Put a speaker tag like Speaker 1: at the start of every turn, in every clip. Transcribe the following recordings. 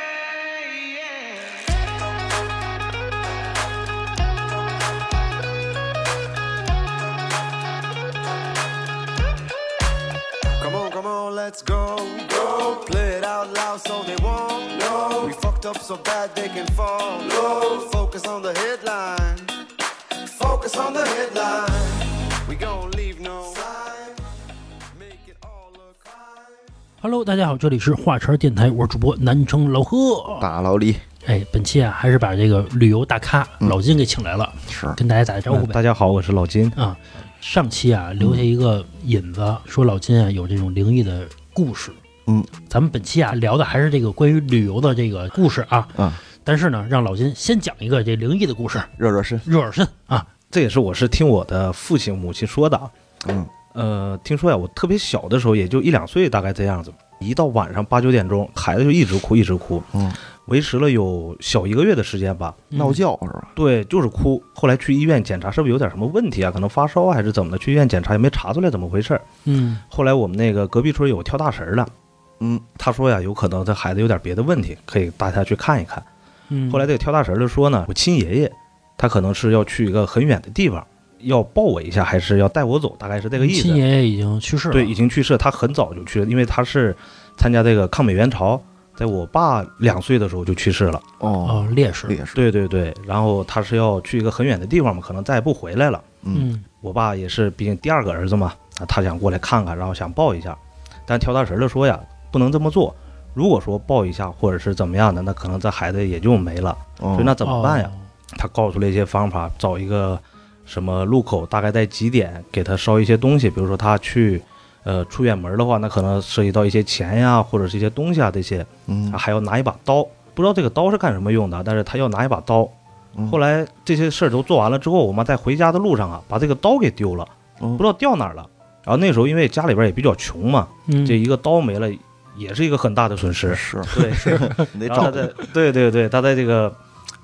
Speaker 1: Hey, yeah.
Speaker 2: ，Come on, come on, let's go, go. Play it out loud so they won't know. We fucked up so bad they can follow. Focus on the headline. Focus on the headline. We gon' leave no sign. Make it all look fine.
Speaker 3: Hello，大家好，这里是画圈电台，我是主播南城老贺。
Speaker 4: 大老李
Speaker 3: 哎，本期啊，还是把这个旅游大咖老金给请来了，
Speaker 4: 是
Speaker 5: 嗯
Speaker 3: 跟大家打个招呼呗。
Speaker 5: 大家好，我是老金。
Speaker 3: 啊，上期啊留下一个引子，说老金啊有这种灵异的故事。
Speaker 4: 嗯，
Speaker 3: 咱们本期啊聊的还是这个关于旅游的这个故事啊。
Speaker 4: 嗯，
Speaker 3: 但是呢，让老金先讲一个这灵异的故事，
Speaker 4: 热热身，
Speaker 3: 热热身啊。
Speaker 5: 这也是我是听我的父亲母亲说的啊。
Speaker 4: 嗯，
Speaker 5: 呃，听说呀，我特别小的时候，也就一两岁，大概这样子。一到晚上八九点钟，孩子就一直哭，一直哭，
Speaker 4: 嗯，
Speaker 5: 维持了有小一个月的时间吧。
Speaker 4: 闹觉是吧？
Speaker 5: 对，就是哭。后来去医院检查，是不是有点什么问题啊？可能发烧啊还是怎么的？去医院检查也没查出来怎么回事儿。
Speaker 3: 嗯
Speaker 5: 后来我们那个隔壁村有跳大神儿的，
Speaker 4: 嗯，
Speaker 5: 他说呀，有可能这孩子有点别的问题，可以大家去看一看。
Speaker 3: 嗯，
Speaker 5: 后来这个跳大神儿就说呢，我亲爷爷，他可能是要去一个很远的地方，要抱我一下，还是要带我走，大概是这个意
Speaker 3: 亲
Speaker 5: 思。
Speaker 3: 爷爷已经去世了。
Speaker 5: 对，已经去世，他很早就去了，因为他是参加这个抗美援朝，在我爸两岁的时候就去世了。
Speaker 4: 哦，
Speaker 3: 哦，烈士。
Speaker 4: 烈士，
Speaker 5: 对对对，然后他是要去一个很远的地方嘛，可能再也不回来了。
Speaker 4: 嗯
Speaker 3: 嗯
Speaker 5: 我爸也是，毕竟第二个儿子嘛，啊，他想过来看看，然后想抱一下，但跳大神儿的说呀，不能这么做。如果说抱一下或者是怎么样的，那可能这孩子也就没了。
Speaker 4: 哦
Speaker 5: 所以那怎么办呀？
Speaker 3: 哦
Speaker 5: 他告诉了一些方法，找一个什么路口，大概在几点给他烧一些东西，比如说他去。呃，出远门的话，那可能涉及到一些钱呀，或者是一些东西啊，这些，
Speaker 4: 嗯
Speaker 5: 啊还要拿一把刀，不知道这个刀是干什么用的，但是他要拿一把刀。
Speaker 4: 嗯
Speaker 5: 后来这些事儿都做完了之后，我妈在回家的路上啊，把这个刀给丢了，
Speaker 4: 哦
Speaker 5: 不知道掉哪儿了。然后那时候因为家里边也比较穷嘛，
Speaker 3: 嗯，
Speaker 5: 这一个刀没了，也是一个很大的损失。
Speaker 4: 是，
Speaker 5: 对，
Speaker 4: 你得
Speaker 5: 然后
Speaker 4: 找
Speaker 5: 他在 对对对，他在这个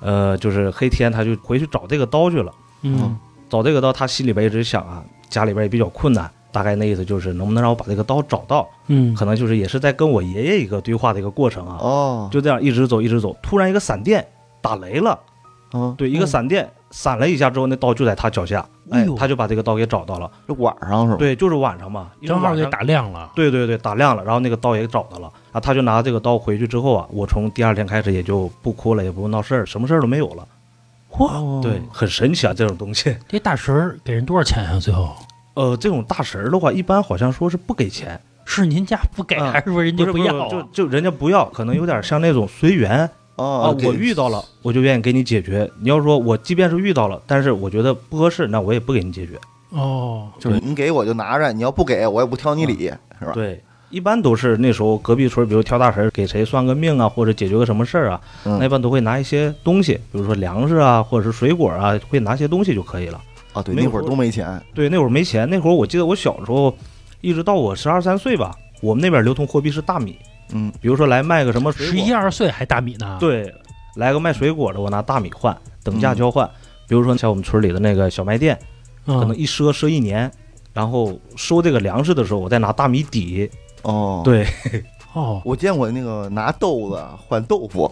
Speaker 5: 呃，就是黑天，他就回去找这个刀去了。
Speaker 3: 嗯
Speaker 5: 找这个刀，他心里边一直想啊，家里边也比较困难，大概那意思就是能不能让我把这个刀找到？
Speaker 3: 嗯
Speaker 5: 可能就是也是在跟我爷爷一个对话的一个过程啊。
Speaker 4: 哦，
Speaker 5: 就这样一直走，一直走，突然一个闪电打雷了，
Speaker 4: 嗯，
Speaker 5: 对，一个闪电闪了一下之后，那刀就在他脚下，
Speaker 3: 哎
Speaker 5: 哎
Speaker 3: 呦，
Speaker 5: 他就把这个刀给找到了。
Speaker 4: 这晚上是吧？
Speaker 5: 对，就是晚上嘛，一直
Speaker 3: 正好
Speaker 5: 晚
Speaker 3: 给
Speaker 5: 上
Speaker 3: 打亮了。
Speaker 5: 对对对，打亮了，然后那个刀也找到了，啊，他就拿这个刀回去之后啊，我从第二天开始也就不哭了，也不闹事儿，什么事儿都没有了。
Speaker 3: 嚯，
Speaker 5: 对，很神奇啊，这种东西。
Speaker 3: 这大神儿给人多少钱啊？最后
Speaker 5: 呃，这种大神儿的话，一般好像说是不给钱，
Speaker 3: 是您家不给，
Speaker 5: 嗯
Speaker 3: 还是说人家
Speaker 5: 不是不是
Speaker 3: 要啊？
Speaker 5: 就就人家不要，可能有点像那种随缘啊。
Speaker 4: 哦，给
Speaker 5: 我遇到了，我就愿意给你解决。你要说我即便是遇到了，但是我觉得不合适，那我也不给你解决。
Speaker 3: 哦，
Speaker 4: 就是你给我就拿着，你要不给我也不挑
Speaker 5: 嗯
Speaker 4: 你理，是吧？
Speaker 5: 对，一般都是那时候隔壁村，比如挑大神儿给谁算个命啊，或者解决个什么事儿啊，
Speaker 4: 嗯
Speaker 5: 那一般都会拿一些东西，比如说粮食啊，或者是水果啊，会拿些东西就可以了。
Speaker 4: 啊，对，
Speaker 5: 没有
Speaker 4: 那会儿都没钱，
Speaker 5: 对，那会儿没钱，那会儿我记得我小时候，一直到我十二三岁吧，我们那边流通货币是大米，
Speaker 4: 嗯，
Speaker 5: 比如说来卖个什么水
Speaker 3: 十
Speaker 5: 果
Speaker 3: 一，二岁还大米呢？，
Speaker 5: 对，来个卖水果的，我拿大米换，等价
Speaker 4: 嗯
Speaker 5: 交换。比如说像我们村里的那个小卖店，可能
Speaker 3: 嗯，
Speaker 5: 一赊赊一年，然后收这个粮食的时候，我再拿大米抵。
Speaker 4: 哦，，
Speaker 5: 对，
Speaker 3: 哦，
Speaker 4: 我见过那个拿豆子换豆腐，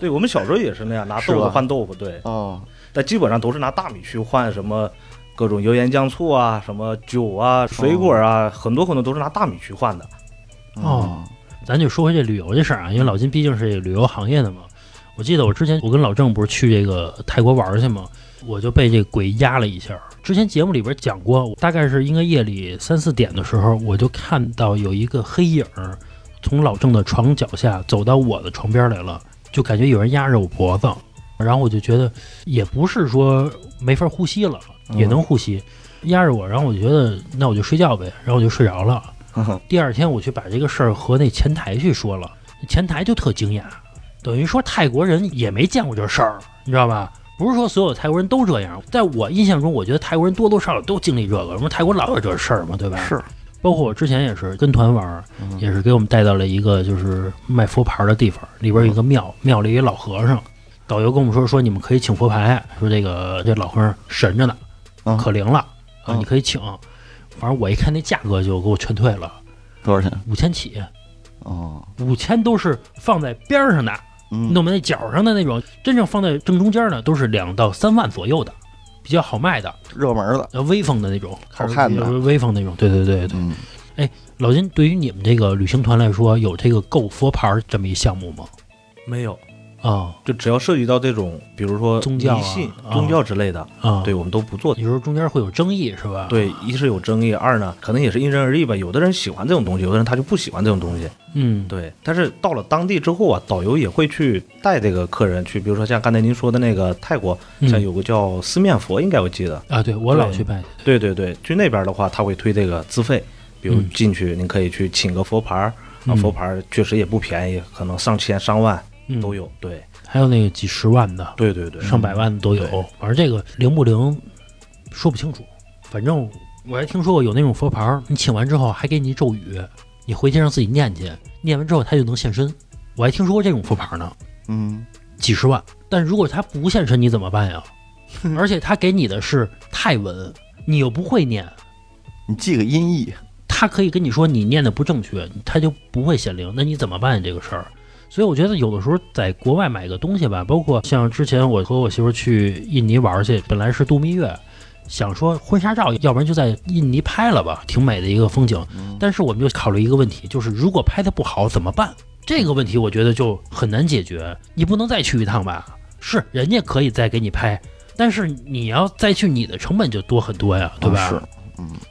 Speaker 5: 对我们小时候也是那样，拿
Speaker 4: 是
Speaker 5: 豆
Speaker 4: 吧
Speaker 5: 子换豆腐，对，
Speaker 4: 哦，
Speaker 5: 但基本上都是拿大米去换什么各种油盐酱醋啊、什么酒啊、水果啊，很多很多都是拿大米去换的。
Speaker 4: 嗯
Speaker 3: 哦，咱就说回这旅游这事儿啊，因为老金毕竟是旅游行业的嘛。我记得我之前我跟老郑不是去这个泰国玩儿去嘛，我就被这鬼压了一下儿。之前节目里边讲过，大概是应该夜里三四点的时候，我就看到有一个黑影儿从老郑的床脚下走到我的床边儿来了，就感觉有人压着我脖子，然后我就觉得也不是说没法呼吸了，也能呼吸，压着我，然后我觉得那我就睡觉呗，然后我就睡着了。第二天我去把这个事儿和那前台去说了，前台就特惊讶，等于说泰国人也没见过这事儿，你知道吧？不是说所有泰国人都这样，在我印象中，我觉得泰国人多多少少都经历这个，什么泰国老有这事儿嘛，对吧？
Speaker 4: 是，嗯
Speaker 3: 包括我之前也是跟团玩儿，也是给我们带到了一个就是卖佛牌的地方，里边有一个庙，庙里有一老和尚，导游跟我们说说你们可以请佛牌，说这个这老和尚神着呢，
Speaker 4: 嗯
Speaker 3: 可灵了啊，
Speaker 4: 嗯
Speaker 3: 你可以请。反正我一看那价格就给我劝退了。
Speaker 4: 多少钱？
Speaker 3: 五千起，
Speaker 4: 哦，
Speaker 3: 五千都是放在边儿上的，
Speaker 4: 嗯
Speaker 3: 你，懂吗？那角上的那种，真正放在正中间的都是两到三万左右的，比较好卖的，
Speaker 4: 热门的，
Speaker 3: 呃，威风的那种，
Speaker 4: 好看的
Speaker 3: 呃威风那种。对对对对。
Speaker 4: 嗯，
Speaker 3: 老金，对于你们这个旅行团来说，有这个购佛牌儿这么一项目吗？
Speaker 5: 没有，
Speaker 3: 啊
Speaker 5: 就只要涉及到这种，比如说
Speaker 3: 宗教啊
Speaker 5: 迷信、
Speaker 3: 啊
Speaker 5: 宗教之类的，
Speaker 3: 啊，
Speaker 5: 对，我们都不做。
Speaker 3: 有时候中间会有争议，是吧？，
Speaker 5: 对，一是有争议，二呢，可能也是因人而异吧。有的人喜欢这种东西，有的人他就不喜欢这种东西。
Speaker 3: 嗯，
Speaker 5: 对，但是到了当地之后啊，导游也会去带这个客人去，比如说像刚才您说的那个泰国，
Speaker 3: 嗯
Speaker 5: 像有个叫四面佛，应该我记得。
Speaker 3: 啊，对我老
Speaker 5: 对
Speaker 3: 去拜，
Speaker 5: 对对对，去那边的话，他会推这个自费，比如
Speaker 3: 嗯
Speaker 5: 进去您可以去请个佛牌儿，啊，
Speaker 3: 嗯
Speaker 5: 佛牌儿确实也不便宜，可能上千上万
Speaker 3: 嗯
Speaker 5: 都有。对，
Speaker 3: 还有那个几十万的、
Speaker 5: 对对对，
Speaker 3: 上百万的都有
Speaker 5: 对，
Speaker 3: 反正这个灵不灵说不清楚。反正我还听说过有那种佛牌儿，你请完之后还给你一咒语，你回去让自己念去，念完之后他就能现身。我还听说过这种佛牌儿呢。
Speaker 4: 嗯，
Speaker 3: 几十万。但如果他不现身，你怎么办呀？而且他给你的是泰文，你又不会念，
Speaker 4: 你记个音译，
Speaker 3: 他可以跟你说你念的不正确，他就不会显灵，那你怎么办呀这个事儿？所以我觉得有的时候在国外买个东西吧，包括像之前我和我媳妇儿去印尼玩儿去，本来是度蜜月，想说婚纱照，要不然就在印尼拍了吧，挺美的一个风景。
Speaker 4: 嗯
Speaker 3: 但是我们就考虑一个问题，就是如果拍的不好怎么办？这个问题我觉得就很难解决。你不能再去一趟吧？是，人家可以再给你拍，但是你要再去，你的成本就多很多呀，对吧？
Speaker 4: 啊是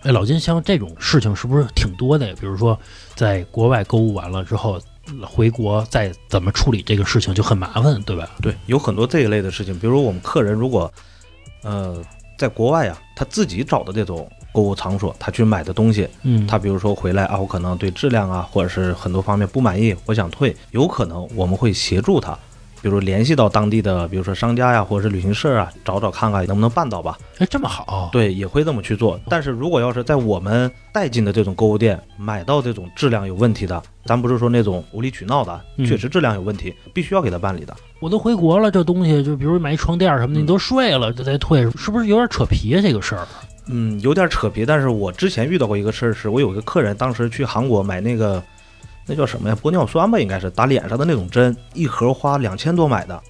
Speaker 3: 哎，老金，像这种事情是不是挺多的呀？比如说，在国外购物完了之后，回国再怎么处理这个事情就很麻烦，对吧？
Speaker 5: 对，有很多这一类的事情，比如我们客人如果，呃，在国外啊，他自己找的这种购物场所，他去买的东西，
Speaker 3: 嗯，
Speaker 5: 他比如说回来啊，我可能对质量啊，或者是很多方面不满意，我想退，有可能我们会协助他，比如联系到当地的，比如说商家呀、或者是旅行社啊，找找看看能不能办到吧。
Speaker 3: 哎，这么好，
Speaker 5: 对，也会这么去做。但是如果要是在我们带进的这种购物店买到这种质量有问题的，咱不是说那种无理取闹的，
Speaker 3: 嗯
Speaker 5: 确实质量有问题，必须要给他办理的。
Speaker 3: 我都回国了，这东西就比如买一床垫儿什么的，
Speaker 5: 嗯
Speaker 3: 你都睡了，这再退，是不是有点扯皮啊？这个事儿，
Speaker 5: 嗯，有点扯皮，但是我之前遇到过一个事儿，是我有一个客人当时去韩国买那个，那叫什么呀？玻尿酸吧，应该是打脸上的那种针，一盒花两千多买的。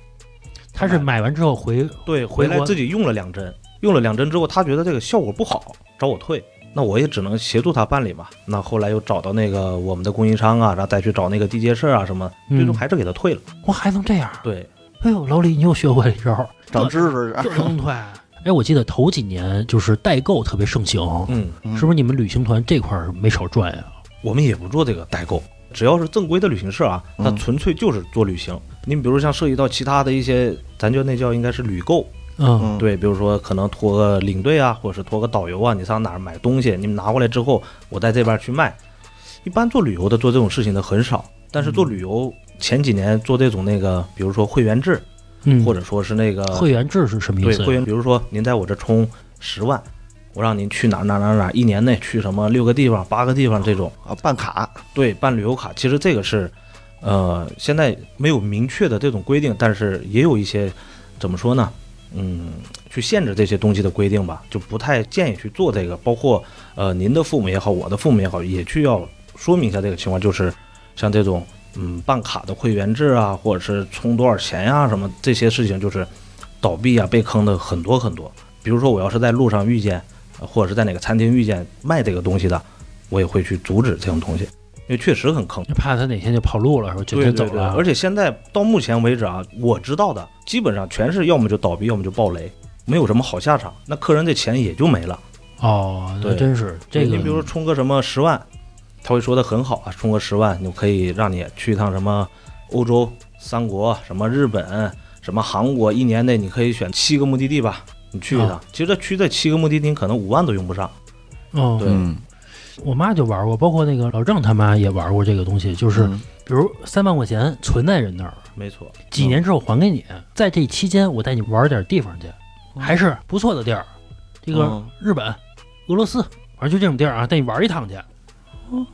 Speaker 3: 他是买完之后回，
Speaker 5: 对，
Speaker 3: 回
Speaker 5: 回来
Speaker 3: 国
Speaker 5: 自己用了两针，用了两针之后，他觉得这个效果不好，找我退。那我也只能协助他办理嘛。那后来又找到那个我们的供应商啊，然后再去找那个地接社啊什么，
Speaker 3: 嗯
Speaker 5: 最终还是给他退了。
Speaker 3: 我还能这样？
Speaker 5: 对，
Speaker 3: 哎呦，老李，你又学会了一招，
Speaker 4: 长知识
Speaker 5: 嗯
Speaker 4: 啊
Speaker 3: 这，能退？哎，我记得头几年就是代购特别盛行，
Speaker 5: 嗯，
Speaker 4: 嗯
Speaker 3: 是不是你们旅行团这块儿没少赚呀？
Speaker 5: 我们也不做这个代购，只要是正规的旅行社啊，
Speaker 4: 嗯
Speaker 5: 它纯粹就是做旅行。您比如像涉及到其他的一些，咱就那叫应该是旅购，
Speaker 3: 嗯
Speaker 4: 嗯，
Speaker 5: 对，比如说可能托个领队啊，或者是托个导游啊，你上哪儿买东西，你们拿过来之后，我在这边去卖。一般做旅游的做这种事情的很少，但是做
Speaker 3: 嗯
Speaker 5: 旅游前几年做这种那个，比如说会员制，
Speaker 3: 嗯，
Speaker 5: 或者说是那个
Speaker 3: 会员制是什么意
Speaker 5: 对
Speaker 3: 思呀？
Speaker 5: 会员，比如说您在我这充十万，我让您去哪儿哪儿哪儿哪儿，一年内去什么六个地方、八个地方这种。
Speaker 4: 啊，办卡，
Speaker 5: 对，办旅游卡，其实这个是，呃，现在没有明确的这种规定，但是也有一些怎么说呢，嗯，去限制这些东西的规定吧，就不太建议去做这个。包括呃，您的父母也好，我的父母也好，也去要说明一下这个情况，就是像这种嗯办卡的会员制啊，或者是充多少钱呀、什么这些事情，就是倒闭啊、被坑的很多很多。比如说，我要是在路上遇见，呃或者是在哪个餐厅遇见卖这个东西的，我也会去阻止这种东西。因为确实很坑。
Speaker 3: 就怕他哪天就跑路了，说就
Speaker 5: 对
Speaker 3: 真
Speaker 5: 对
Speaker 3: 走啊
Speaker 5: 对，
Speaker 3: 了。
Speaker 5: 而且现在到目前为止啊，我知道的基本上全是要么就倒闭，要么就爆雷，没有什么好下场。那客人这钱也就没了。
Speaker 3: 哦，那
Speaker 5: 对
Speaker 3: 真是这个
Speaker 5: 你比如说充个什么十万，他会说的很好啊，充个十万，你可以让你去一趟什么欧洲三国，什么日本，什么韩国，一年内你可以选七个目的地吧，你去一趟。
Speaker 3: 啊
Speaker 5: 其实这去这七个目的地，你可能五万都用不上。
Speaker 3: 哦，
Speaker 5: 对
Speaker 4: 嗯，
Speaker 3: 我妈就玩过，包括那个老郑他妈也玩过这个东西，就是
Speaker 4: 嗯
Speaker 3: 比如三万块钱存在人那儿，
Speaker 5: 没错，
Speaker 3: 几年之后还给你，
Speaker 5: 嗯
Speaker 3: 在这期间我带你玩点地方去，还是不错的地儿，这个
Speaker 4: 嗯
Speaker 3: 日本、俄罗斯，反正就这种地儿啊，带你玩一趟去，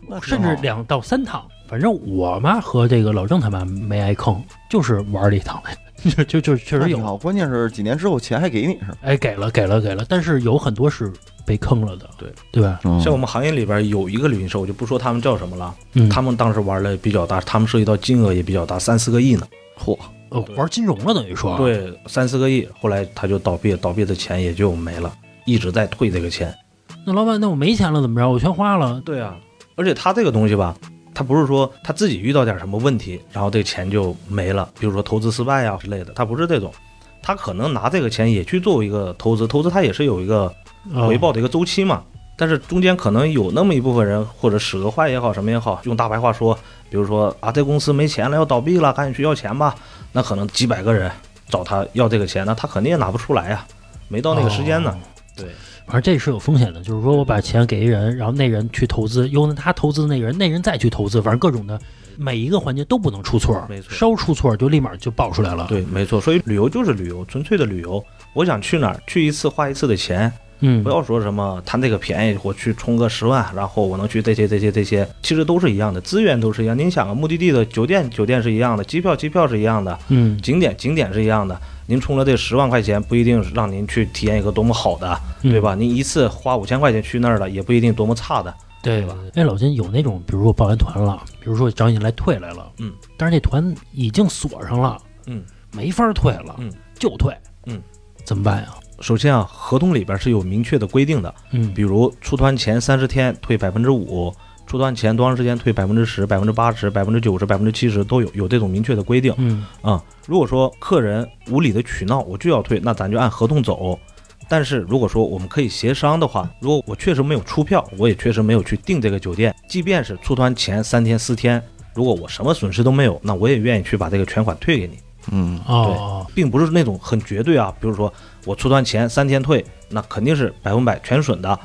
Speaker 4: 那挺
Speaker 3: 甚至
Speaker 4: 好
Speaker 3: 两到三趟。反正我妈和这个老郑他妈没挨坑，就是玩了一趟， 就就就确
Speaker 4: 那
Speaker 3: 实
Speaker 4: 挺
Speaker 3: 有，
Speaker 4: 好，关键是几年之后钱还给你是吧？
Speaker 3: 哎，给了给了给了，但是有很多是被坑了的，
Speaker 5: 对
Speaker 3: 对吧？
Speaker 4: 嗯
Speaker 5: 像我们行业里边有一个旅行社，我就不说他们叫什么了，
Speaker 3: 嗯，
Speaker 5: 他们当时玩的比较大，他们涉及到金额也比较大，三四个亿呢。
Speaker 4: 嚯，
Speaker 3: 哦玩金融了等于说，，啊
Speaker 5: 对，三四个亿，后来他就倒闭，倒闭的钱也就没了，一直在退这个钱。
Speaker 3: 那老板，那我没钱了怎么着？我全花了，
Speaker 5: 对啊，而且他这个东西吧，他不是说他自己遇到点什么问题，然后这钱就没了，比如说投资失败啊之类的，他不是这种，他可能拿这个钱也去做一个投资，投资他也是有一个
Speaker 3: 哦
Speaker 5: 回报的一个周期嘛。但是中间可能有那么一部分人，或者使个坏也好，什么也好，用大白话说，比如说啊，这公司没钱了，要倒闭了，赶紧去要钱吧。那可能几百个人找他要这个钱，那他肯定也拿不出来呀、没到那个时间呢。
Speaker 3: 哦
Speaker 5: 对，
Speaker 3: 反正这是有风险的，就是说我把钱给一人，然后那人去投资，由他投资的那人，那人再去投资，反正各种的每一个环节都不能出错，
Speaker 5: 没错
Speaker 3: 稍出错就立马就爆出来了。，
Speaker 5: 对，没错。所以旅游就是旅游，纯粹的旅游。我想去哪儿，去一次花一次的钱，
Speaker 3: 嗯，
Speaker 5: 不要说什么贪这个便宜，我去充个十万，然后我能去这些这些这些，其实都是一样的，资源都是一样。您想啊，目的地的酒店酒店是一样的，机票机票是一样的，
Speaker 3: 嗯
Speaker 5: 景点景点是一样的。您充了这十万块钱，不一定是让您去体验一个多么好的，
Speaker 3: 嗯
Speaker 5: 对吧？您一次花五千块钱去那儿了，也不一定多么差的。
Speaker 3: 对吧？哎，老金有那种，比如说我报完团了，比如说找你来退来了，
Speaker 5: 嗯，
Speaker 3: 但是这团已经锁上了，
Speaker 5: 嗯，
Speaker 3: 没法退了，
Speaker 5: 嗯，
Speaker 3: 就退，
Speaker 5: 嗯，
Speaker 3: 怎么办呀？
Speaker 5: 首先啊，合同里边是有明确的规定的，
Speaker 3: 嗯
Speaker 5: 比如出团前三十天退百分之五，出团前多长时间退百分之十、百分之八十、百分之九十、百分之七十都有有这种明确的规定
Speaker 3: 嗯
Speaker 5: 啊、如果说客人无理的取闹，我就要退，那咱就按合同走。但是如果说我们可以协商的话，如果我确实没有出票，我也确实没有去订这个酒店，即便是出团前三天四天，如果我什么损失都没有，那我也愿意去把这个全款退给你。
Speaker 4: 嗯，
Speaker 3: 哦，
Speaker 5: 并不是那种很绝对啊，比如说我出团前三天退，那肯定是百分百全损的，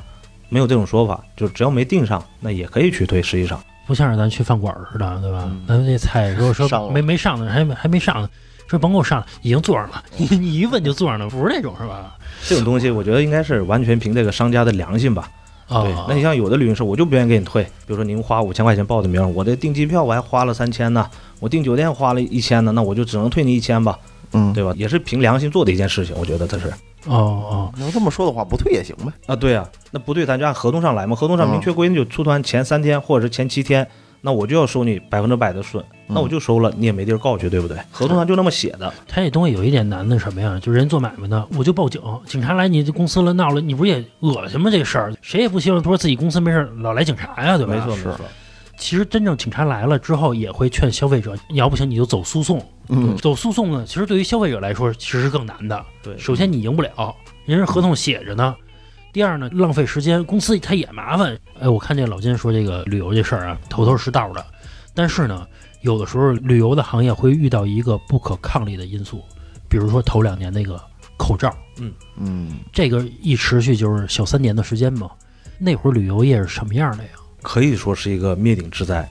Speaker 5: 没有这种说法，就只要没定上，那也可以去退。实际上，
Speaker 3: 不像是咱去饭馆似的，对吧？
Speaker 5: 嗯
Speaker 3: 咱们这菜如果
Speaker 4: 上
Speaker 3: 说
Speaker 4: 了
Speaker 3: 没没上呢，还没还没上呢，说甭给我上了，已经坐上了，
Speaker 5: 哦
Speaker 3: 你 你一问就坐上了，不是那种是吧？
Speaker 5: 这种东西我觉得应该是完全凭这个商家的良心吧。
Speaker 3: 哦
Speaker 5: 对，那你像有的旅行社，我就不愿意给你退，比如说您花五千块钱报的名，我这订机票我还花了三千呢，我订酒店花了一千呢，那我就只能退你一千吧，
Speaker 4: 嗯，
Speaker 5: 对吧？也是凭良心做的一件事情，我觉得这是
Speaker 3: 哦哦，
Speaker 4: 你要这么说的话，不退也行呗。
Speaker 5: 啊，对啊，那不对，咱就按合同上来嘛。合同上
Speaker 4: 嗯
Speaker 5: 明确规定，就出团前三天或者是前七天，那我就要收你百分之百的损，那我就收了，你也没地儿告去，对不对？合同上就那么写的。
Speaker 3: 他这东西有一点难的什么呀？就人做买卖的，我就报警，警察来你这公司了闹了，你不是也恶心吗？这事儿谁也不希望说自己公司没事儿老来警察呀，对吧？
Speaker 5: 没错，没
Speaker 4: 是
Speaker 5: 错。
Speaker 3: 其实真正警察来了之后，也会劝消费者，你要不行你就走诉讼。
Speaker 4: 嗯
Speaker 3: 走诉讼呢，其实对于消费者来说其实是更难的。
Speaker 5: 对，
Speaker 3: 首先你赢不了，人家合同写着呢。第二呢，浪费时间，公司他也麻烦。哎，我看见老金说这个旅游这事儿啊，头头是道的，但是呢，有的时候旅游的行业会遇到一个不可抗力的因素，比如说头两年那个口罩，
Speaker 4: 嗯，
Speaker 3: 这个一持续就是小三年的时间嘛。那会儿旅游业是什么样的呀？
Speaker 5: 可以说是一个灭顶之灾。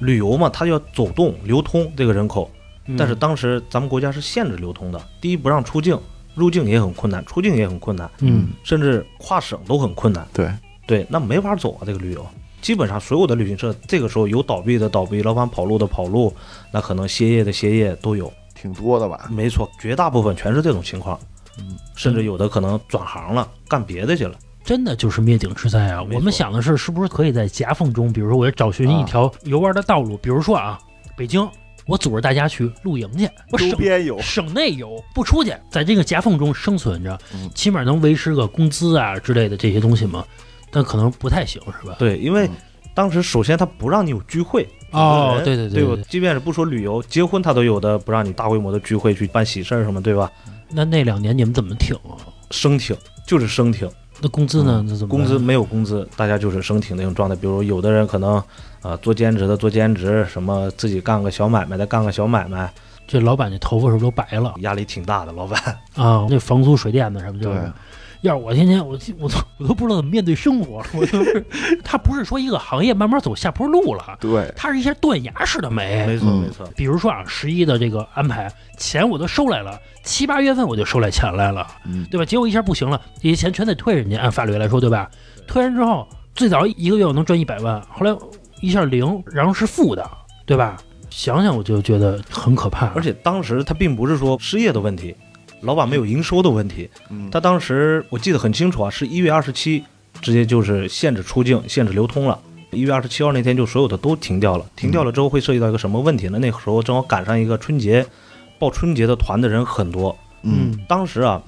Speaker 5: 旅游嘛，它要走动流通这个人口，
Speaker 3: 嗯
Speaker 5: 但是当时咱们国家是限制流通的，第一不让出境，入境也很困难，出境也很困难，
Speaker 3: 嗯，
Speaker 5: 甚至跨省都很困难。
Speaker 4: 对，
Speaker 5: 对，那没法走啊，这个旅游。基本上所有的旅行社这个时候有倒闭的倒闭，老板跑路的跑路，那可能歇业的歇业都有。
Speaker 4: 挺多的 吧？
Speaker 5: 没错，绝大部分全是这种情况。
Speaker 4: 嗯，
Speaker 5: 甚至有的可能转行了，干别的去了。
Speaker 3: 真的就是灭顶之灾啊！
Speaker 5: 没错
Speaker 3: 我们想的是，是不是可以在夹缝中，比如说我找寻一条游玩的道路，比如说啊，北京，我组织大家去露营去，我省
Speaker 4: 周边有，
Speaker 3: 省内游，不出去，在这个夹缝中生存着
Speaker 4: 嗯，
Speaker 3: 起码能维持个工资啊之类的这些东西嘛。但可能不太行，是吧？
Speaker 5: 对，因为
Speaker 4: 嗯
Speaker 5: 当时首先他不让你有聚会。
Speaker 3: 哦
Speaker 5: 有的人
Speaker 3: 对对对对
Speaker 5: 对吧即便是不说旅游，结婚他都有的不让你大规模的聚会去办喜事儿什么，对吧？
Speaker 3: 那那两年你们怎么挺啊？
Speaker 5: 生挺就是生挺，
Speaker 3: 那工资呢？那怎么办
Speaker 5: 工资？没有工资，大家就是生挺那种状态。比如有的人可能呃做兼职的做兼职，什么自己干个小买卖的干个小买卖，
Speaker 3: 这老板这头发是不是都白了
Speaker 5: 压力挺大的。老板，
Speaker 3: 啊？那房租、水电的什么就是
Speaker 4: 对
Speaker 3: 要是我天天我我都我都不知道怎么面对生活了，我都是它不是说一个行业慢慢走下坡路了，
Speaker 4: 对，
Speaker 3: 它是一些断崖式的
Speaker 5: 没
Speaker 3: 美。
Speaker 5: 错
Speaker 4: 嗯
Speaker 5: 没错，
Speaker 3: 比如说啊，十一的这个安排，钱我都收来了，七八月份我就收来钱来了，
Speaker 4: 嗯
Speaker 3: 对吧？结果一下不行了，这些钱全得退人家，按法律来说，对吧？退完之后，最早一个月我能赚一百万，后来一下零，然后是负的，对吧？想想我就觉得很可怕。
Speaker 5: 而且当时他并不是说失业的问题，老板没有营收的问题，
Speaker 4: 嗯
Speaker 5: 他当时我记得很清楚啊，是一月二十七直接就是限制出境、限制流通了。一月二十七号那天就所有的都停掉了，停掉了之后会涉及到一个什么问题呢？那时候正好赶上一个春节，报春节的团的人很多。
Speaker 4: 嗯，
Speaker 5: 当时啊，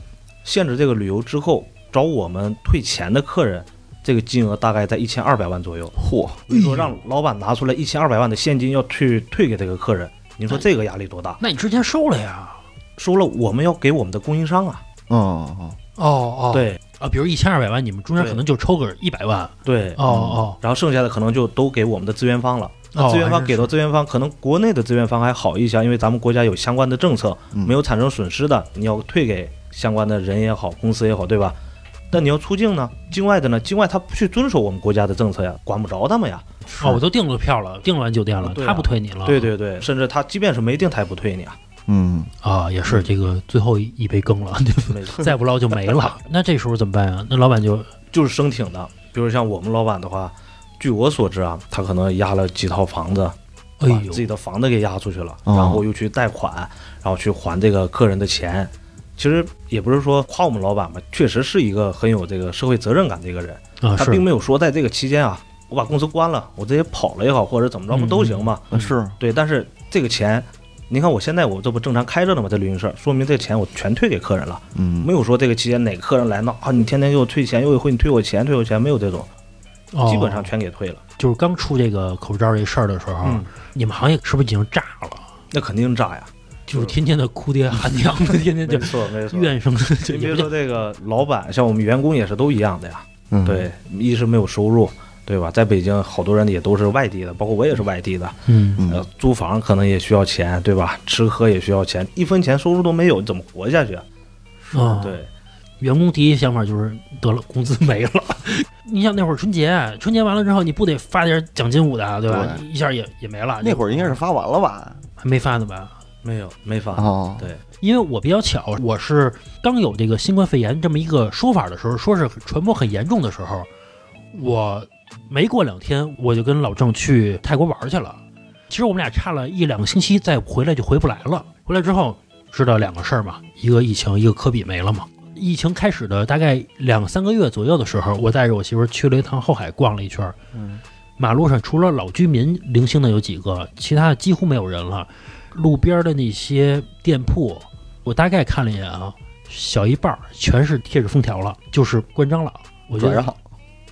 Speaker 5: 限制这个旅游之后，找我们退钱的客人，这个金额大概在一千二百万左右。
Speaker 4: 嚯，
Speaker 5: 你说让老板拿出来一千二百万的现金要去退给这个客人，您说这个压力多大？
Speaker 3: 那你之前收了呀？
Speaker 5: 收了我们要给我们的供应商啊，
Speaker 4: 嗯嗯
Speaker 1: 哦哦，，
Speaker 5: 对
Speaker 3: 啊，比如一千二百万，你们中间
Speaker 5: 对
Speaker 3: 可能就抽个一百万，
Speaker 5: 对，
Speaker 1: 哦哦，
Speaker 5: 然后剩下的可能就都给我们的资源方了。那
Speaker 3: 哦
Speaker 5: 资源
Speaker 3: 还
Speaker 5: 方
Speaker 3: 是
Speaker 5: 给到资源方，可能国内的资源方还好一些，因为咱们国家有相关的政策，
Speaker 4: 嗯
Speaker 5: 没有产生损失的，你要退给相关的人也好，公司也好，对吧？但你要出境呢，境外的呢，境外他不去遵守我们国家的政策呀，管不着他们呀。
Speaker 3: 哦，我都订了票了，订完酒店了，
Speaker 5: 对啊
Speaker 3: 他不退你了，
Speaker 5: 对对对，甚至他即便是没定，他也不退 你啊。
Speaker 4: 嗯，
Speaker 3: 啊，也是这个最后一杯羹了，对
Speaker 5: 没错，
Speaker 3: 再不捞就没 了。那这时候怎么办啊？那老板就
Speaker 5: 就是生挺的。比如像我们老板的话，据我所知啊，他可能押了几套房子，
Speaker 3: 哎
Speaker 5: 把
Speaker 3: 呦啊
Speaker 5: 自己的房子给押出去了，
Speaker 4: 哦
Speaker 5: 然后又去贷款，然后去还这个客人的钱。其实也不是说夸我们老板吧，确实是一个很有这个社会责任感的一个人。
Speaker 3: 啊
Speaker 5: 他并
Speaker 3: 是
Speaker 5: 没有说在这个期间啊，我把公司关了，我直接跑了也好，或者怎么着不都行吗？
Speaker 4: 那啊是
Speaker 5: 对，但是这个钱，您看我现在我这不正常开着呢吗？在旅行社，说明这个钱我全退给客人了，
Speaker 4: 嗯
Speaker 5: 没有说这个期间哪个客人来闹啊，你天天给我退钱，又会你退我钱，退我钱，没有这种，
Speaker 3: 哦
Speaker 5: 基本上全给退了。
Speaker 3: 就是刚出这个口罩这事儿的时候啊
Speaker 5: 嗯，
Speaker 3: 你们行业是不是已经炸了？
Speaker 5: 那肯定炸呀！
Speaker 3: 就是天天的哭爹喊娘的，天天
Speaker 5: 没
Speaker 3: 就
Speaker 5: 错没错，
Speaker 3: 怨声，就
Speaker 5: 您
Speaker 3: 也
Speaker 5: 别
Speaker 3: 不
Speaker 5: 说
Speaker 3: 叫
Speaker 5: 这个老板，像我们员工也是都一样的呀。
Speaker 4: 嗯，
Speaker 5: 对，一是没有收入，对吧？在北京，好多人也都是外地的，包括我也是外地的。
Speaker 3: 嗯
Speaker 4: 嗯
Speaker 5: 呃，租房可能也需要钱，对吧？吃喝也需要钱，一分钱收入都没有，你怎么活下去啊？
Speaker 3: 啊，
Speaker 5: 对，
Speaker 3: 员工第一想法就是得了，工资没了。 你想那会儿春节，春节完了之后，你不得发点奖金舞的，对吧？
Speaker 4: 对
Speaker 3: 一下也也没了。
Speaker 4: 那会儿应该是发完了吧？
Speaker 3: 还没啊发呢吧？
Speaker 5: 没有没法。
Speaker 4: 哦，
Speaker 5: 对，
Speaker 3: 因为我比较巧，我是刚有这个新冠肺炎这么一个说法的时候，说是传播很严重的时候，我没过两天我就跟老郑去泰国玩去了。其实我们俩差了一两个星期，再回来就回不来了。回来之后知道两个事儿嘛，一个疫情，一个科比没了嘛。疫情开始的大概两三个月左右的时候，我带着我媳妇儿去了一趟后海逛了一圈，
Speaker 4: 嗯，
Speaker 3: 马路上除了老居民零星的有几个，其他的几乎没有人了。路边的那些店铺，我大概看了一眼啊，小一半儿全是贴着封条了，就是关张了。我觉
Speaker 4: 转
Speaker 3: 得
Speaker 4: 让，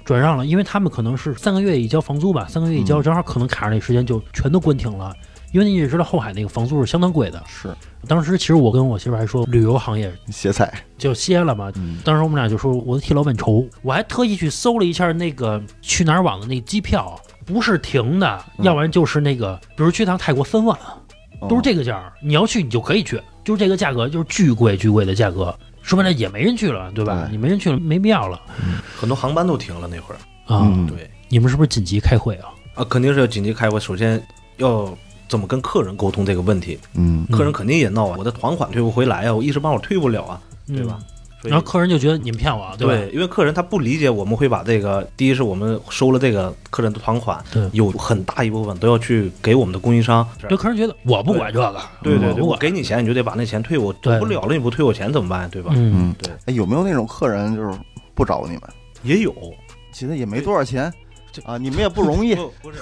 Speaker 3: 转让了，因为他们可能是三个月一交房租吧，三个月一交，
Speaker 4: 嗯
Speaker 3: 正好可能卡上那时间就全都关停了。因为你也知道后海那个房租是相当贵的，
Speaker 4: 是
Speaker 3: 当时其实我跟我媳妇还说，旅游行业
Speaker 4: 歇菜，
Speaker 3: 就歇了嘛。
Speaker 4: 嗯
Speaker 3: 当时我们俩就说，我替老板愁，我还特意去搜了一下那个去哪儿网的那个机票，不是停的，
Speaker 4: 嗯哦
Speaker 3: 要不然就是那个，比如去趟泰国三万，都是这个价儿，你要去你就可以去，就是这个价格，就是巨贵巨贵的价格，说白了也没人去了，对吧？
Speaker 4: 对
Speaker 3: 你没人去了，没必要了
Speaker 5: 很多航班都停了那会儿。
Speaker 3: 啊。
Speaker 4: 嗯
Speaker 5: 对
Speaker 3: 你们是不是紧急开会啊？
Speaker 5: 啊，肯定是要紧急开会，首先要怎么跟客人沟通这个问题，
Speaker 4: 嗯
Speaker 5: 客人肯定也闹啊，我的团款退不回来啊，我一时半会儿退不了啊，对
Speaker 3: 嗯
Speaker 5: 吧？？所以
Speaker 3: 然后客人就觉得你们骗我啊，吧？
Speaker 5: 对，因为客人他不理解，我们会把这个第一是我们收了这个客人的团款
Speaker 3: 对，
Speaker 5: 有很大一部分都要去给我们的供应商。
Speaker 3: 就客人觉得我不管这个，
Speaker 5: 对
Speaker 3: 嗯
Speaker 5: 对
Speaker 3: 我
Speaker 5: 对，
Speaker 3: 不
Speaker 5: 我
Speaker 3: 管。
Speaker 5: 给你钱，你就得把那钱退我，
Speaker 3: 对
Speaker 5: 不了了你不退我钱怎么办？对吧？
Speaker 3: 嗯，
Speaker 4: 嗯，
Speaker 5: 对，
Speaker 4: 哎，有没有那种客人就是不找你们，
Speaker 5: 也有，
Speaker 4: 其实也没多少钱
Speaker 5: 这
Speaker 4: 啊，你们也不容 易，
Speaker 5: 不不是，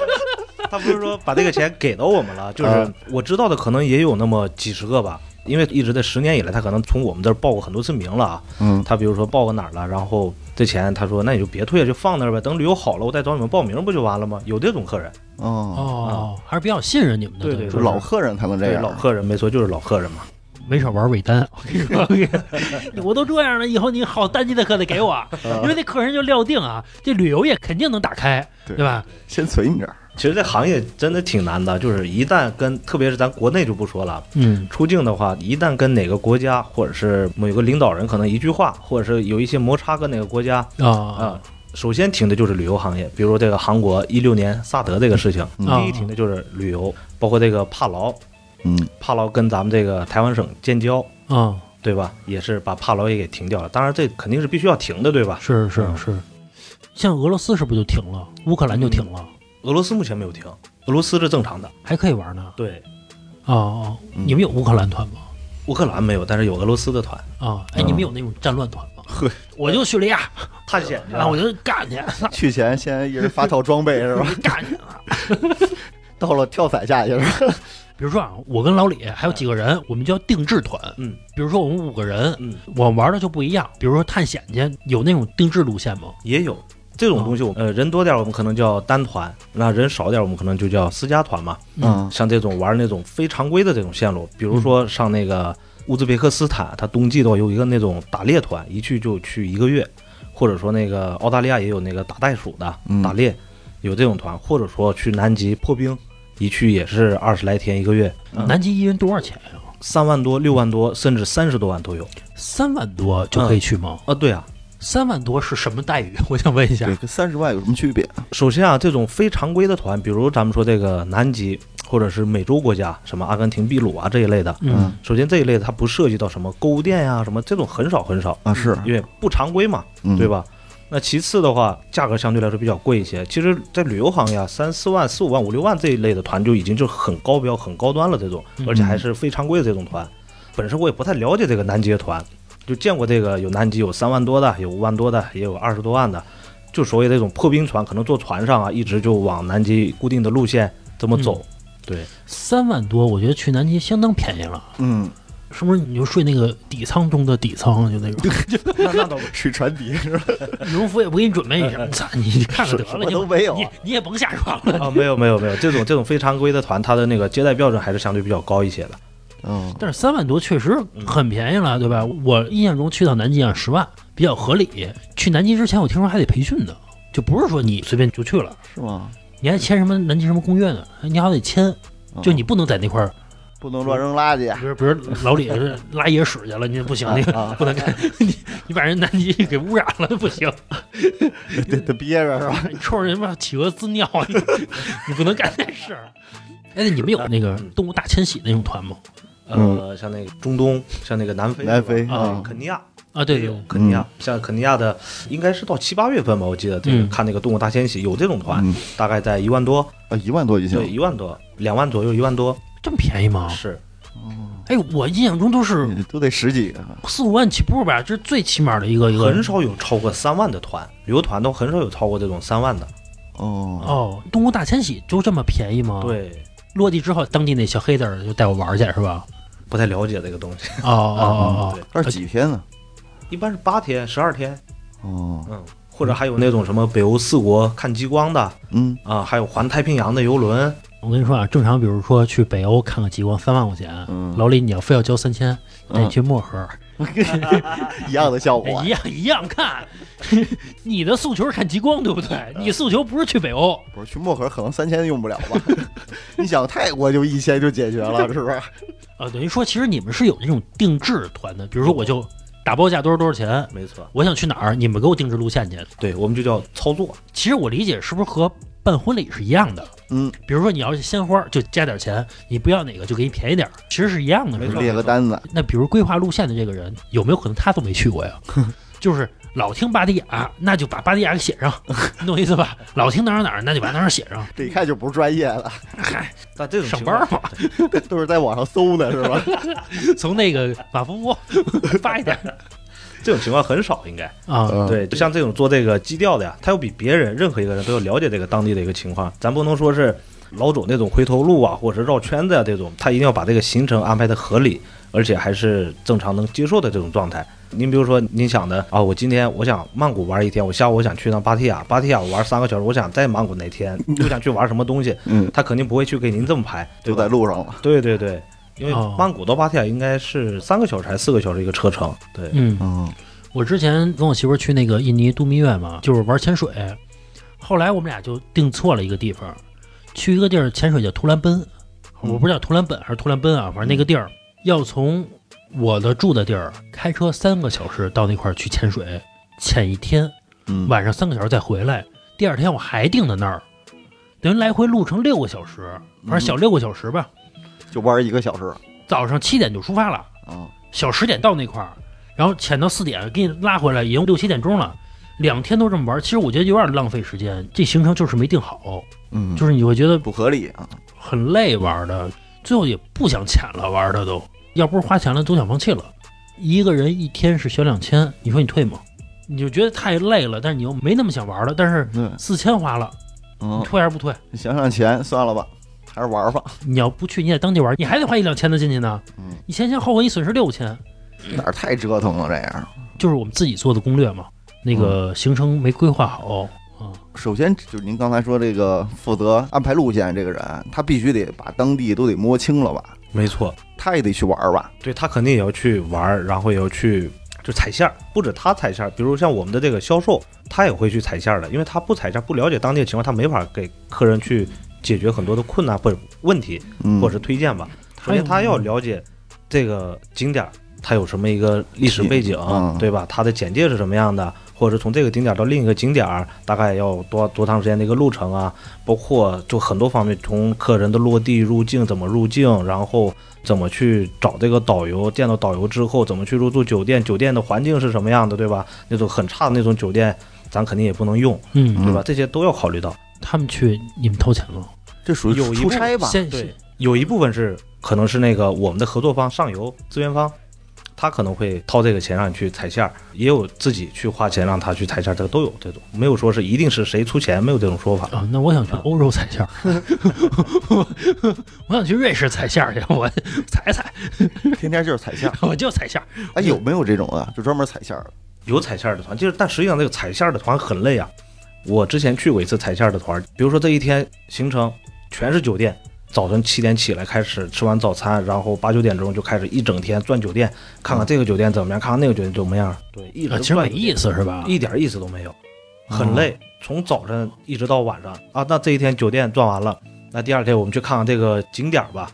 Speaker 5: 他不是说把这个钱给到我们了，就是
Speaker 4: 嗯
Speaker 5: 我知道的可能也有那么几十个吧，因为一直在十年以来，他可能从我们这儿报过很多次名了啊。
Speaker 4: 嗯
Speaker 5: 他比如说报个哪儿了，然后这钱他说那你就别退了，就放那儿呗，等旅游好了我再找你们报名不就完了吗？有这种客人，
Speaker 4: 哦，
Speaker 3: 哦，还是比较信任你们的，
Speaker 5: 对
Speaker 3: 对
Speaker 5: 对
Speaker 4: 就老客人才能这
Speaker 5: 对
Speaker 4: 样，
Speaker 5: 老客人没错，就是老客人嘛。
Speaker 3: 没少玩尾 单。我跟你说， 我都这样了，以后你好单机的可得给我，啊 因为那客人就料定啊，这旅游业肯定能打开，
Speaker 4: 对
Speaker 3: 对吧？
Speaker 4: 先存你这儿，
Speaker 5: 其实这行业真的挺难的，就是一旦跟特别是咱国内就不说了，
Speaker 3: 嗯，
Speaker 5: 出境的话，一旦跟哪个国家或者是某一个领导人可能一句话，或者是有一些摩擦跟哪个国家
Speaker 3: 啊
Speaker 5: 啊、首先停的就是旅游行业，比如说这个韩国一六年萨德这个事情，
Speaker 4: 嗯
Speaker 5: 第一停的就是旅游，包括这个帕劳，
Speaker 4: 嗯
Speaker 5: 帕劳跟咱们这个台湾省建交，
Speaker 3: 啊，
Speaker 5: 对吧？也是把帕劳也给停掉了。当然，这肯定是必须要停的，对吧？
Speaker 3: 是是
Speaker 5: 嗯
Speaker 3: 是，像俄罗斯是不是就停了？乌克兰就停了，
Speaker 5: 俄罗斯目前没有停，俄罗斯是正常的。
Speaker 3: 还可以玩呢。
Speaker 5: 对，
Speaker 3: 哦哦，
Speaker 4: 嗯
Speaker 3: 你们有乌克兰团吗？
Speaker 5: 乌克兰没有，但是有俄罗斯的团
Speaker 3: 啊，
Speaker 5: 嗯
Speaker 3: 哎，你们有那种战乱团吗？我就叙利 亚，
Speaker 5: 探险
Speaker 3: 然后啊我就干去，
Speaker 4: 去前先一人发套装备 是吧？
Speaker 3: 干去。
Speaker 4: 到了跳伞下去是吧？
Speaker 3: 比如说啊，我跟老李还有几个人，我们叫定制团。
Speaker 5: 嗯，
Speaker 3: 比如说我们五个人，
Speaker 5: 嗯，
Speaker 3: 我玩的就不一样。比如说探险去，有那种定制路线吗？
Speaker 5: 也有这种东西。我们呃人多点儿，我们可能叫单团；那人少点儿，我们可能就叫私家团嘛。
Speaker 4: 嗯
Speaker 5: 像这种玩那种非常规的这种线路，比如说上那个乌兹别克斯坦，它冬季的话有一个那种打猎团，一去就去一个月，或者说那个澳大利亚也有那个打袋鼠的
Speaker 4: 嗯
Speaker 5: 打猎，有这种团，或者说去南极破冰，一去也是二十来天一个月，
Speaker 4: 嗯
Speaker 3: 南极一人多少钱啊呀、
Speaker 5: 三万多、六万多，甚至三十多万都有
Speaker 3: 三万多就可以去吗？
Speaker 5: 啊。对啊，
Speaker 3: 三万多是什么待遇？我想问一下
Speaker 4: 嗯对，。跟三十万有什么区别？
Speaker 5: 首先啊，这种非常规的团，比如咱们说这个南极或者是美洲国家，什么阿根廷、秘鲁啊这一类的，
Speaker 3: 嗯
Speaker 5: 首先这一类的它不涉及到什么购物店啊呀、什么这种很少很少。
Speaker 4: 啊，是，
Speaker 5: 因为不常规嘛，
Speaker 4: 嗯
Speaker 5: 对？吧？那其次的话，价格相对来说比较贵一些。其实，在旅游行业啊，三四万、四五万、五六万这一类的团就已经就是很高标、很高端了，这种，而且还是非常规的这种团。本身我也不太了解这个南极的团，就见过这个有南极有三万多的，有五万多的，也有二十多万的，就所谓的这种破冰船，可能坐船上啊，一直就往南极固定的路线这么走。对，
Speaker 3: 三万多，我觉得去南极相当便宜了，
Speaker 4: 嗯，
Speaker 3: 是不是？你就睡那个底舱中的底舱，就那种。
Speaker 5: 那那倒
Speaker 4: 水船底是吧？
Speaker 3: 羽绒服也不给你准备一下，操 你看 看得
Speaker 4: 什
Speaker 3: 了，
Speaker 4: 么
Speaker 3: 你
Speaker 4: 都没有啊
Speaker 3: 你你也甭下床了。
Speaker 5: 啊，没有没有没有，这种这种非常规的团，它的那个接待标准还是相对比较高一些的。
Speaker 4: 嗯，
Speaker 3: 但是三万多确实很便宜了，对吧？我印象中去到南极啊，十万比较合理。去南极之前，我听说还得培训呢，就不是说你随便就去了，
Speaker 4: 是吗？
Speaker 3: 你还签什么南极什么公约呢？你还得签，
Speaker 4: 哦
Speaker 3: 就你不能在那块儿，
Speaker 4: 不能乱扔垃圾
Speaker 3: 比如比如老李是拉野屎去了，你不行，你
Speaker 4: 啊，
Speaker 3: 不能干，你你把人南极给污染了不行，
Speaker 4: 得得憋着是吧？
Speaker 3: 你冲着人家企鹅滋尿， 你你不能干这事儿。哎，你们有那个动物大迁徙那种团吗？
Speaker 5: 呃，像那个中东，像那个南非，
Speaker 4: 南非
Speaker 5: 啊，
Speaker 4: 嗯
Speaker 5: 肯尼亚，
Speaker 3: 啊，对对，
Speaker 5: 肯尼亚，像肯尼亚的，应该是到七八月份吧，我记得这个
Speaker 3: 嗯
Speaker 5: 看那个动物大迁徙有这种团
Speaker 4: 嗯，
Speaker 5: 大概在一万多，
Speaker 4: 啊，一万多就
Speaker 5: 对，
Speaker 4: 行，
Speaker 5: 一万多，两万左右，一万多，
Speaker 3: 这么便宜吗？
Speaker 5: 是
Speaker 3: 哎，我印象中都是
Speaker 4: 都得十几个。
Speaker 3: 四五万起步吧，这是最起码的一个一个。
Speaker 5: 很少有超过三万的团，旅游团都很少有超过这种三万的，
Speaker 4: 哦，
Speaker 3: 哦，东吴大迁徙就这么便宜吗？，
Speaker 5: 对，
Speaker 3: 落地之后，当地那小黑子儿就带我玩儿去，是吧？
Speaker 5: 不太了解这个东西，
Speaker 3: 哦哦哦
Speaker 5: 对，
Speaker 4: 那是几天呢？
Speaker 5: 一般是八天、十二天，
Speaker 4: 哦，
Speaker 5: 嗯，或者还有那种什么北欧四国看极光的
Speaker 4: 嗯，
Speaker 5: 啊，还有环太平洋的游轮，
Speaker 3: 哦！我跟你说啊，正常比如说去北欧看个极光，三万块钱，
Speaker 4: 嗯
Speaker 3: 老李你要非要交三千，带你
Speaker 4: 嗯
Speaker 3: 去漠河，
Speaker 4: 一样的效果啊
Speaker 3: 哎一样一样看。 你的诉求是看极光，对不对？你诉求不是去北欧，
Speaker 4: 不是去漠河可能三千用不了吧？ 你想泰国就一千就解决了，是不是？
Speaker 3: 啊，等于说其实你们是有那种定制团的，比如说我就打包价多少多少钱，
Speaker 5: 没错，
Speaker 3: 我想去哪儿，你们给我定制路线去。
Speaker 5: 对我们就叫操作，
Speaker 3: 其实我理解是不是和办婚礼是一样的？
Speaker 4: 嗯，
Speaker 3: 比如说你要是鲜花，就加点钱；你不要哪个就给你便宜点儿，其实是一样的，
Speaker 5: 没
Speaker 3: 是吧
Speaker 5: 错
Speaker 4: 列个单子，
Speaker 3: 那比如规划路线的这个人，有没有可能他都没去 过呀？就是老听芭提雅，那就把芭提雅给写 上，你懂我意思吧？老听哪儿哪儿，那就把哪儿哪儿写上。
Speaker 4: 这一看就不是专业的，
Speaker 3: 嗨，
Speaker 5: 但 这种
Speaker 3: 上
Speaker 5: 情
Speaker 3: 班
Speaker 5: 况
Speaker 3: 儿嘛，
Speaker 4: 都是在网上搜的，是吧？
Speaker 3: 从那个马蜂 窝发一点儿
Speaker 5: 这种情况很少，应该。
Speaker 3: 啊。
Speaker 4: 嗯，
Speaker 5: 对，就像这种做这个基调的呀，他要比别人任何一个人都要了解这个当地的一个情况。咱不能说是老走那种回头路啊，或者是绕圈子啊这种，他一定要把这个行程安排的合理，而且还是正常能接受的这种状态。您比如说，您想的啊，我今天我想曼谷玩一天，我下午我想去趟芭提雅，芭提雅我玩三个小时，我想在曼谷哪 天又想去玩什么东西，
Speaker 4: 嗯，
Speaker 5: 他肯定不会去给您这么排，对
Speaker 4: 就
Speaker 5: 吧
Speaker 4: 在路上了。
Speaker 5: 对对对，因为
Speaker 3: 哦
Speaker 5: 曼谷到芭提雅应该是三个小时还是四个小时一个车程，对，
Speaker 3: 嗯，
Speaker 4: 嗯，
Speaker 3: 我之前跟我媳妇儿去那个印尼度蜜月嘛，就是玩潜水。后来我们俩就定错了一个地方，去一个地儿潜水叫图兰奔，我不知道图兰本还是图兰奔啊，反正那个地儿要从我的住的地儿开车三个小时到那块儿去潜水，潜一天，
Speaker 4: 嗯
Speaker 3: 晚上三个小时再回来，第二天我还定在那儿，等于来回路程六个小时，反正小六个小时吧。
Speaker 4: 就玩一个小时
Speaker 3: 早上七点就出发了。
Speaker 4: 啊，
Speaker 3: 小十点到那块儿，然后潜到四点，给你拉回来，已经六七点钟了。两天都这么玩，其实我觉得有点浪费时间。这行程就是没定好，
Speaker 4: 嗯，
Speaker 3: 就是你会觉得
Speaker 4: 不合理啊。
Speaker 3: 很累玩的，最后也不想潜了，玩的都。要不是花钱了都想放弃了。一个人一天是小两千，你说你退吗？你就觉得太累了，但是你又没那么想玩了，但是
Speaker 4: 对，
Speaker 3: 四千花了，你
Speaker 4: 嗯，
Speaker 3: 退还是不退？
Speaker 4: 想想钱，算了吧，还是玩吧。
Speaker 3: 你要不去，你在当地玩，你还得花一两千的进去呢。
Speaker 4: 嗯
Speaker 3: 你前前后后你损失六千，
Speaker 4: 哪儿太折腾了，这样。
Speaker 3: 就是我们自己做的攻略嘛，那个行程没规划好啊。
Speaker 4: 首先就是您刚才说这个负责安排路线这个人，他必须得把当地都得摸清了吧，
Speaker 5: 没错，
Speaker 4: 他也得去玩儿吧。
Speaker 5: 对他肯定也要去玩儿，然后也要去就踩线儿，不止他踩线儿，比如像我们的这个销售，他也会去踩线儿的，因为他不踩线儿，不了解当地的情况，他没法给客人去解决很多的困难或者问题，
Speaker 4: 嗯，
Speaker 5: 或者是推荐吧。首先他要了解这个景点儿，它有什么一个历史背景，
Speaker 4: 嗯
Speaker 5: 对吧？它的简介是什么样的，或者是从这个景点儿到另一个景点儿大概要多多长时间的一个路程啊？包括就很多方面，从客人的落地入境怎么入境，然后怎么去找这个导游，见到导游之后怎么去入住酒店，酒店的环境是什么样的，对吧？那种很差的那种酒店，咱肯定也不能用，
Speaker 3: 嗯，
Speaker 5: 对吧？这些都要考虑到。
Speaker 3: 他们去你们掏钱了，
Speaker 4: 这属于
Speaker 5: 有一
Speaker 4: 出
Speaker 5: 部
Speaker 4: 差吧？
Speaker 3: 先
Speaker 5: 对，有一部分是可能是那个我们的合作方上游资源方，他可能会掏这个钱让你去踩线儿，也有自己去花钱让他去踩线儿，这个都有这种，没有说是一定是谁出钱，没有这种说法。
Speaker 3: 啊，那我想去欧洲踩线儿， 我想去瑞士踩线儿去， 我踩踩，
Speaker 4: 天天就是踩线儿。
Speaker 3: 我就踩线儿。
Speaker 4: 哎，有没有这种的？就专门踩线儿的？
Speaker 5: 有踩线儿的团，就是但实际上这个踩线儿的团很累啊。我之前去过一次踩线儿的团，啊比如说这一天行程全是酒店，早晨七点起来开始吃完早餐，然后八九点钟就开始一整天转酒店，看看这个酒店怎么样，看看那个酒店怎么样。对，一直
Speaker 3: 啊，其实
Speaker 5: 转
Speaker 3: 没
Speaker 5: 酒店
Speaker 3: 意思是吧？
Speaker 5: 一点意思都没有，很累，从早晨一直到晚上啊。那这一天酒店转完了，那第二天我们去看看这个景点儿吧。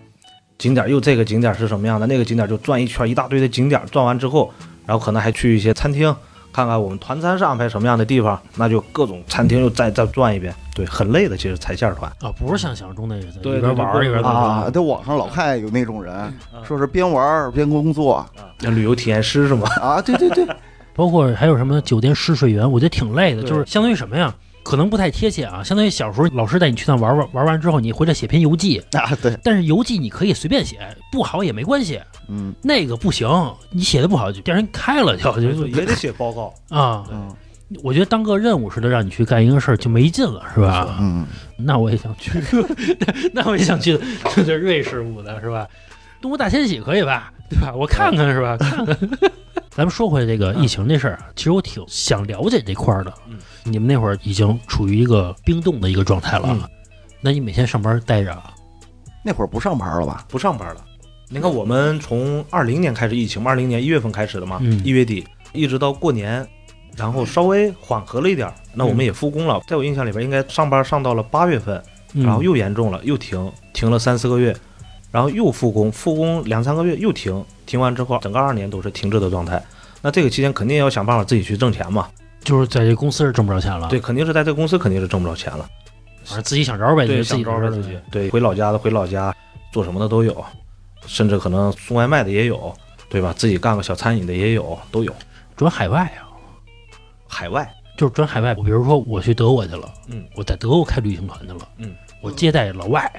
Speaker 5: 景点儿又这个景点儿是什么样的，那个景点儿就转一圈，一大堆的景点儿转完之后，然后可能还去一些餐厅，看看我们团餐是安排什么样的地方，那就各种餐厅又再再转一遍，对，很累的，其实踩线儿团。
Speaker 3: 啊，不是像想象中那意思，
Speaker 5: 对
Speaker 3: 一边玩儿
Speaker 5: 对对
Speaker 3: 一边干嘛
Speaker 4: 啊，在网上老看有那种人，
Speaker 5: 嗯
Speaker 4: 说是边玩儿边工作
Speaker 5: 那旅游体验师是吗？
Speaker 4: 啊，对对对，
Speaker 3: 包括还有什么酒店试睡员，我觉得挺累的，
Speaker 5: 对
Speaker 3: 就是相当于什么呀？可能不太贴切啊，相当于小时候老师带你去那玩玩，玩完之后你回来写篇游记，
Speaker 4: 啊对，
Speaker 3: 但是游记你可以随便写，不好也没关系。
Speaker 4: 嗯
Speaker 3: 那个不行，你写的不好就让人开了就就
Speaker 5: 也得写报告。
Speaker 3: 啊！
Speaker 4: 嗯
Speaker 3: 我觉得当个任务似的让你去干一个事儿就没劲了，是吧？
Speaker 4: 嗯，
Speaker 3: 那我也想 去，那我也想去，这就是瑞士舞的是吧？动物大迁徙可以吧？对吧？我看看是吧？
Speaker 5: 嗯
Speaker 3: 看看。咱们说回这个疫情这事儿啊，其实我挺想了解这块儿的。
Speaker 5: 嗯
Speaker 3: 你们那会儿已经处于一个冰冻的一个状态了，
Speaker 5: 嗯
Speaker 3: 那你每天上班待着啊？
Speaker 4: 那会儿不上班了吧？
Speaker 5: 不上班了。你看，我们从二零年开始疫情，二零年一月份开始的嘛，
Speaker 3: 嗯
Speaker 5: 一月底一直到过年，然后稍微缓和了一点儿，那我们也复工了。在我印象里边，应该上班上到了八月份，
Speaker 3: 嗯
Speaker 5: 然后又严重了，又停，停了三四个月，然后又复工，复工两三个月又停，停完之后，整个二年都是停滞的状态。那这个期间肯定要想办法自己去挣钱嘛，
Speaker 3: 嗯就是在这公司是挣不着钱了，
Speaker 5: 对，，肯定是在这个公司肯定是挣不着钱了，
Speaker 3: 反正自己想招呗，
Speaker 5: 对，
Speaker 3: 就自己
Speaker 5: 想招
Speaker 3: 呗
Speaker 5: 呗自己，对，回老家的回老家，做什么的都有，甚至可能送外卖的也有，对吧？自己干个小餐饮的也有，都有。
Speaker 3: 转海外啊，
Speaker 5: 海外，
Speaker 3: 就是转海外。我比如说我去德国去了，
Speaker 5: 嗯，
Speaker 3: 我在德国开旅行团去了，
Speaker 5: 嗯，
Speaker 3: 我接待老外，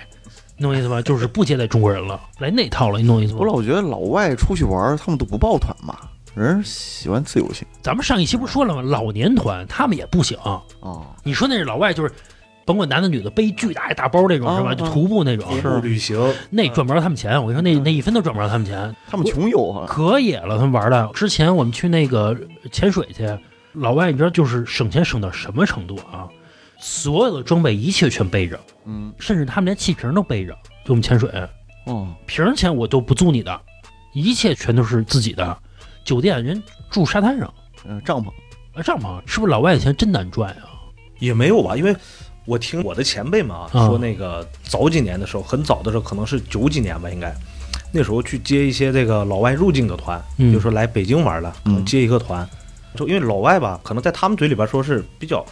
Speaker 3: 弄意思 吧？就是不接待中国人了，来那套了，你懂意思吗？
Speaker 4: 我老觉得老外出去玩儿，他们都不抱团嘛，人喜欢自由行
Speaker 3: 咱们上一期不是说了吗？老年团他们也不行，
Speaker 4: 啊，
Speaker 3: 你说那是老外就是。甭管男的女的，背巨大一大包那
Speaker 5: 哦
Speaker 3: 种是吧？
Speaker 4: 啊
Speaker 3: 就徒步那种，
Speaker 5: 徒步旅行，
Speaker 3: 那赚不着他们钱。我跟你说，
Speaker 5: 嗯
Speaker 3: 那那一分都赚不着他们钱，
Speaker 4: 他们穷游啊，
Speaker 3: 可野了。他们玩的，之前我们去那个潜水去，老外你知道就是省钱省到什么程度啊？所有的装备一切全背着，
Speaker 4: 嗯
Speaker 3: 甚至他们连气瓶都背着。就我们潜水，
Speaker 4: 哦，
Speaker 3: 瓶儿钱我都不租你的，一切全都是自己的。酒店人住沙滩上，
Speaker 4: 嗯，帐篷
Speaker 3: 啊，帐篷是不是老外的钱真难赚啊？
Speaker 5: 也没有吧？因为我听我的前辈们啊
Speaker 3: 啊
Speaker 5: 说，那个早几年的时候，很早的时候，可能是九几年吧，应该那时候去接一些这个老外入境的团，
Speaker 3: 嗯
Speaker 5: 比如说来北京玩了，可能
Speaker 4: 嗯
Speaker 5: 接一个团，就因为老外吧，可能在他们嘴里边说是比较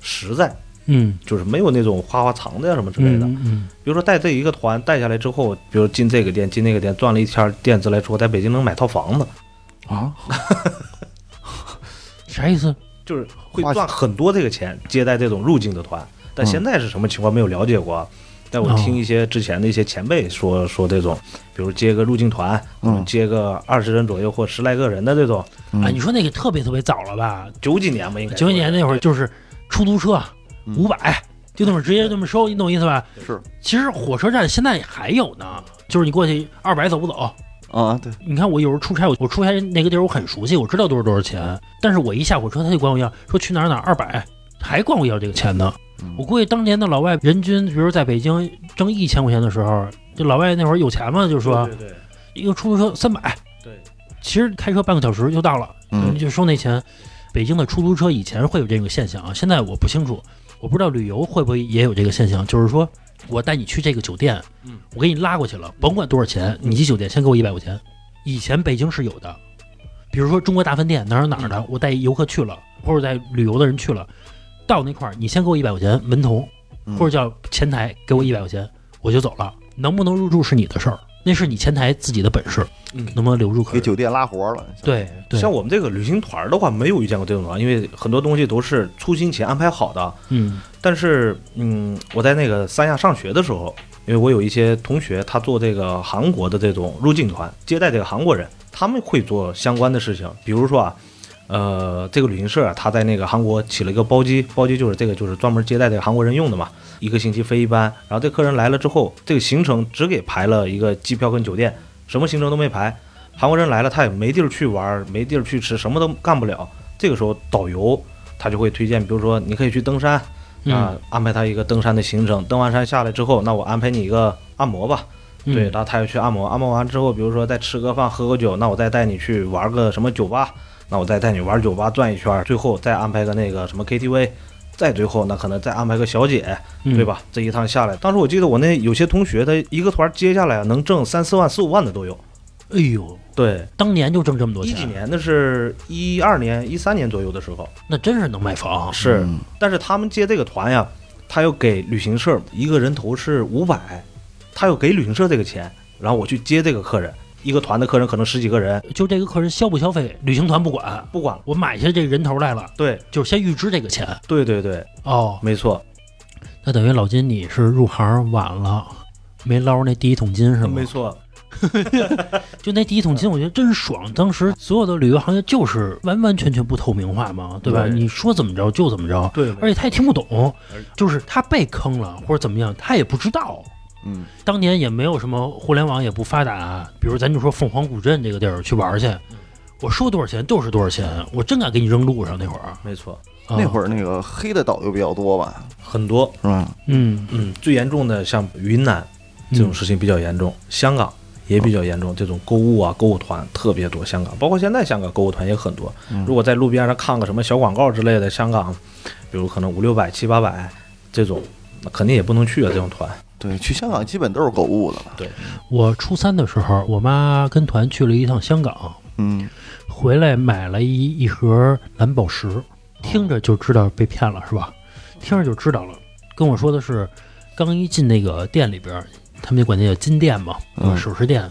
Speaker 5: 实在，
Speaker 3: 嗯，
Speaker 5: 就是没有那种花花肠子呀什么之类的。
Speaker 3: 嗯嗯
Speaker 5: 比如说带这一个团带下来之后，比如进这个店进那个店转了一圈店之类之后，在北京能买套房子，
Speaker 4: 啊，
Speaker 3: 啥意思？
Speaker 5: 就是会
Speaker 4: 花
Speaker 5: 赚很多这个钱接待这种入境的团。但
Speaker 4: 嗯
Speaker 5: 现在是什么情况没有了解过啊，但我
Speaker 3: 哦
Speaker 5: 听一些之前的一些前辈说说这种，比如接个入境团，
Speaker 4: 嗯
Speaker 5: 接个二十人左右或十来个人的这种，
Speaker 3: 啊，你说那个特别特别早了吧？
Speaker 5: 九几年吧，应该
Speaker 3: 九几年那会儿就是出租车啊
Speaker 4: 嗯
Speaker 3: 五百，就那么直接这么收，你懂意思吧？
Speaker 4: 是。
Speaker 3: 其实火车站现在还有呢，就是你过去二百走不走？
Speaker 4: 啊，对，
Speaker 3: 你看我有时候出差，我我出差那个地儿我很熟悉，我知道多少多少钱，但是我一下火车他就管我要，说去哪儿哪儿二百，还管我要这个钱呢。
Speaker 5: 嗯
Speaker 3: 我估计当年的老外人均，比如在北京挣一千块钱的时候，就老外那会儿有钱嘛，就说
Speaker 5: 对对
Speaker 3: 一个出租车三百，
Speaker 5: 对，
Speaker 3: 其实开车半个小时就到了，
Speaker 4: 嗯，
Speaker 3: 就收那钱。北京的出租车以前会有这个现象啊，现在我不清楚，我不知道旅游会不会也有这个现象，就是说我带你去这个酒店，
Speaker 5: 嗯，
Speaker 3: 我给你拉过去了，甭管多少钱，你进酒店先给我一百块钱。以前北京是有的，比如说中国大饭店哪儿哪儿的，
Speaker 4: 嗯
Speaker 3: 我带游客去了，或者带旅游的人去了，到那块儿你先给我一百块钱门童，
Speaker 4: 嗯
Speaker 3: 或者叫前台给我一百块钱，我就走了。能不能入住是你的事儿，那是你前台自己的本事，
Speaker 5: 嗯
Speaker 3: 能不能留住客
Speaker 4: 给
Speaker 3: 人？
Speaker 4: 酒店拉活了，
Speaker 3: 对对，
Speaker 5: 像我们这个旅行团的话，没有遇见过这种啊，因为很多东西都是出行前安排好的。
Speaker 3: 嗯
Speaker 5: 但是，嗯，我在那个三亚上学的时候，因为我有一些同学，他做这个韩国的这种入境团，接待这个韩国人，他们会做相关的事情，比如说啊，呃，这个旅行社啊，他在那个韩国起了一个包机，包机就是这个就是专门接待这个韩国人用的嘛，一个星期飞一班，然后这客人来了之后，这个行程只给排了一个机票跟酒店，什么行程都没排。韩国人来了，他也没地儿去玩儿，没地儿去吃，什么都干不了。这个时候，导游他就会推荐，比如说你可以去登山，啊，安排他一个登山的行程。登完山下来之后，那我安排你一个按摩吧。
Speaker 3: 嗯
Speaker 5: 对，然后他又去按摩，按摩完之后，比如说再吃个饭、喝个酒，那我再带你去玩个什么酒吧，那我再带你玩酒吧转一圈，最后再安排个那个什么 KTV，再最后那可能再安排个小姐，
Speaker 3: 嗯
Speaker 5: 对吧？这一趟下来，当时我记得我那有些同学，他一个团接下来能挣三四万、四五万的都有。
Speaker 3: 哎呦，
Speaker 5: 对，
Speaker 3: 当年就挣这么多
Speaker 5: 一
Speaker 3: 钱，
Speaker 5: 几年那是一二年、一三年左右的时候，
Speaker 3: 那真是能买房。
Speaker 5: 是，
Speaker 4: 嗯
Speaker 5: 但是他们接这个团呀，他又给旅行社一个人头是五百，他又给旅行社这个钱，然后我去接这个客人，一个团的客人可能十几个人，
Speaker 3: 就这个客人消不消费，旅行团不管，
Speaker 5: 不管了。
Speaker 3: 我买下这人头来了，
Speaker 5: 对
Speaker 3: 就是先预支这个钱。
Speaker 5: 对对对，
Speaker 3: 哦，
Speaker 5: 没错，
Speaker 3: 那等于老金你是入行晚了，没捞着那第一桶金是吗？
Speaker 5: 没错，
Speaker 3: 就那第一桶金，我觉得真爽。当时所有的旅游行业就是完完全全不透明化嘛，对吧？
Speaker 5: 对
Speaker 3: 你说怎么着就怎么着，
Speaker 5: 对，
Speaker 3: 而且他也听不懂
Speaker 5: 而，
Speaker 3: 就是他被坑了或者怎么样，他也不知道。
Speaker 4: 嗯，
Speaker 3: 当年也没有什么互联网，也不发达。比如咱就说凤凰古镇这个地儿去玩儿去，我说多少钱就是多少钱，我真敢给你扔路上那会儿。啊
Speaker 5: 没错，
Speaker 4: 那会
Speaker 3: 儿，
Speaker 4: 儿那个黑的导游比较多吧，
Speaker 5: 很多，
Speaker 4: 是吧？
Speaker 3: 嗯，
Speaker 5: 嗯，最严重的像云南这种
Speaker 3: 嗯
Speaker 5: 事情比较严重，香港。也比较严重，这种购物啊、购物团特别多。香港，包括现在香港购物团也很多。如果在路边上看个什么小广告之类的，香港，比如可能五六百、七八百这种，那肯定也不能去啊。这种团，
Speaker 4: 对，去香港基本都是购物的嘛，
Speaker 3: 我初三的时候，我妈跟团去了一趟香港，
Speaker 4: 嗯，
Speaker 3: 回来买了一一盒蓝宝石，听着就知道被骗了是吧？听着就知道了。跟我说的是，刚一进那个店里边儿，他们就管那叫金店嘛，啊
Speaker 4: 嗯
Speaker 3: 首饰店。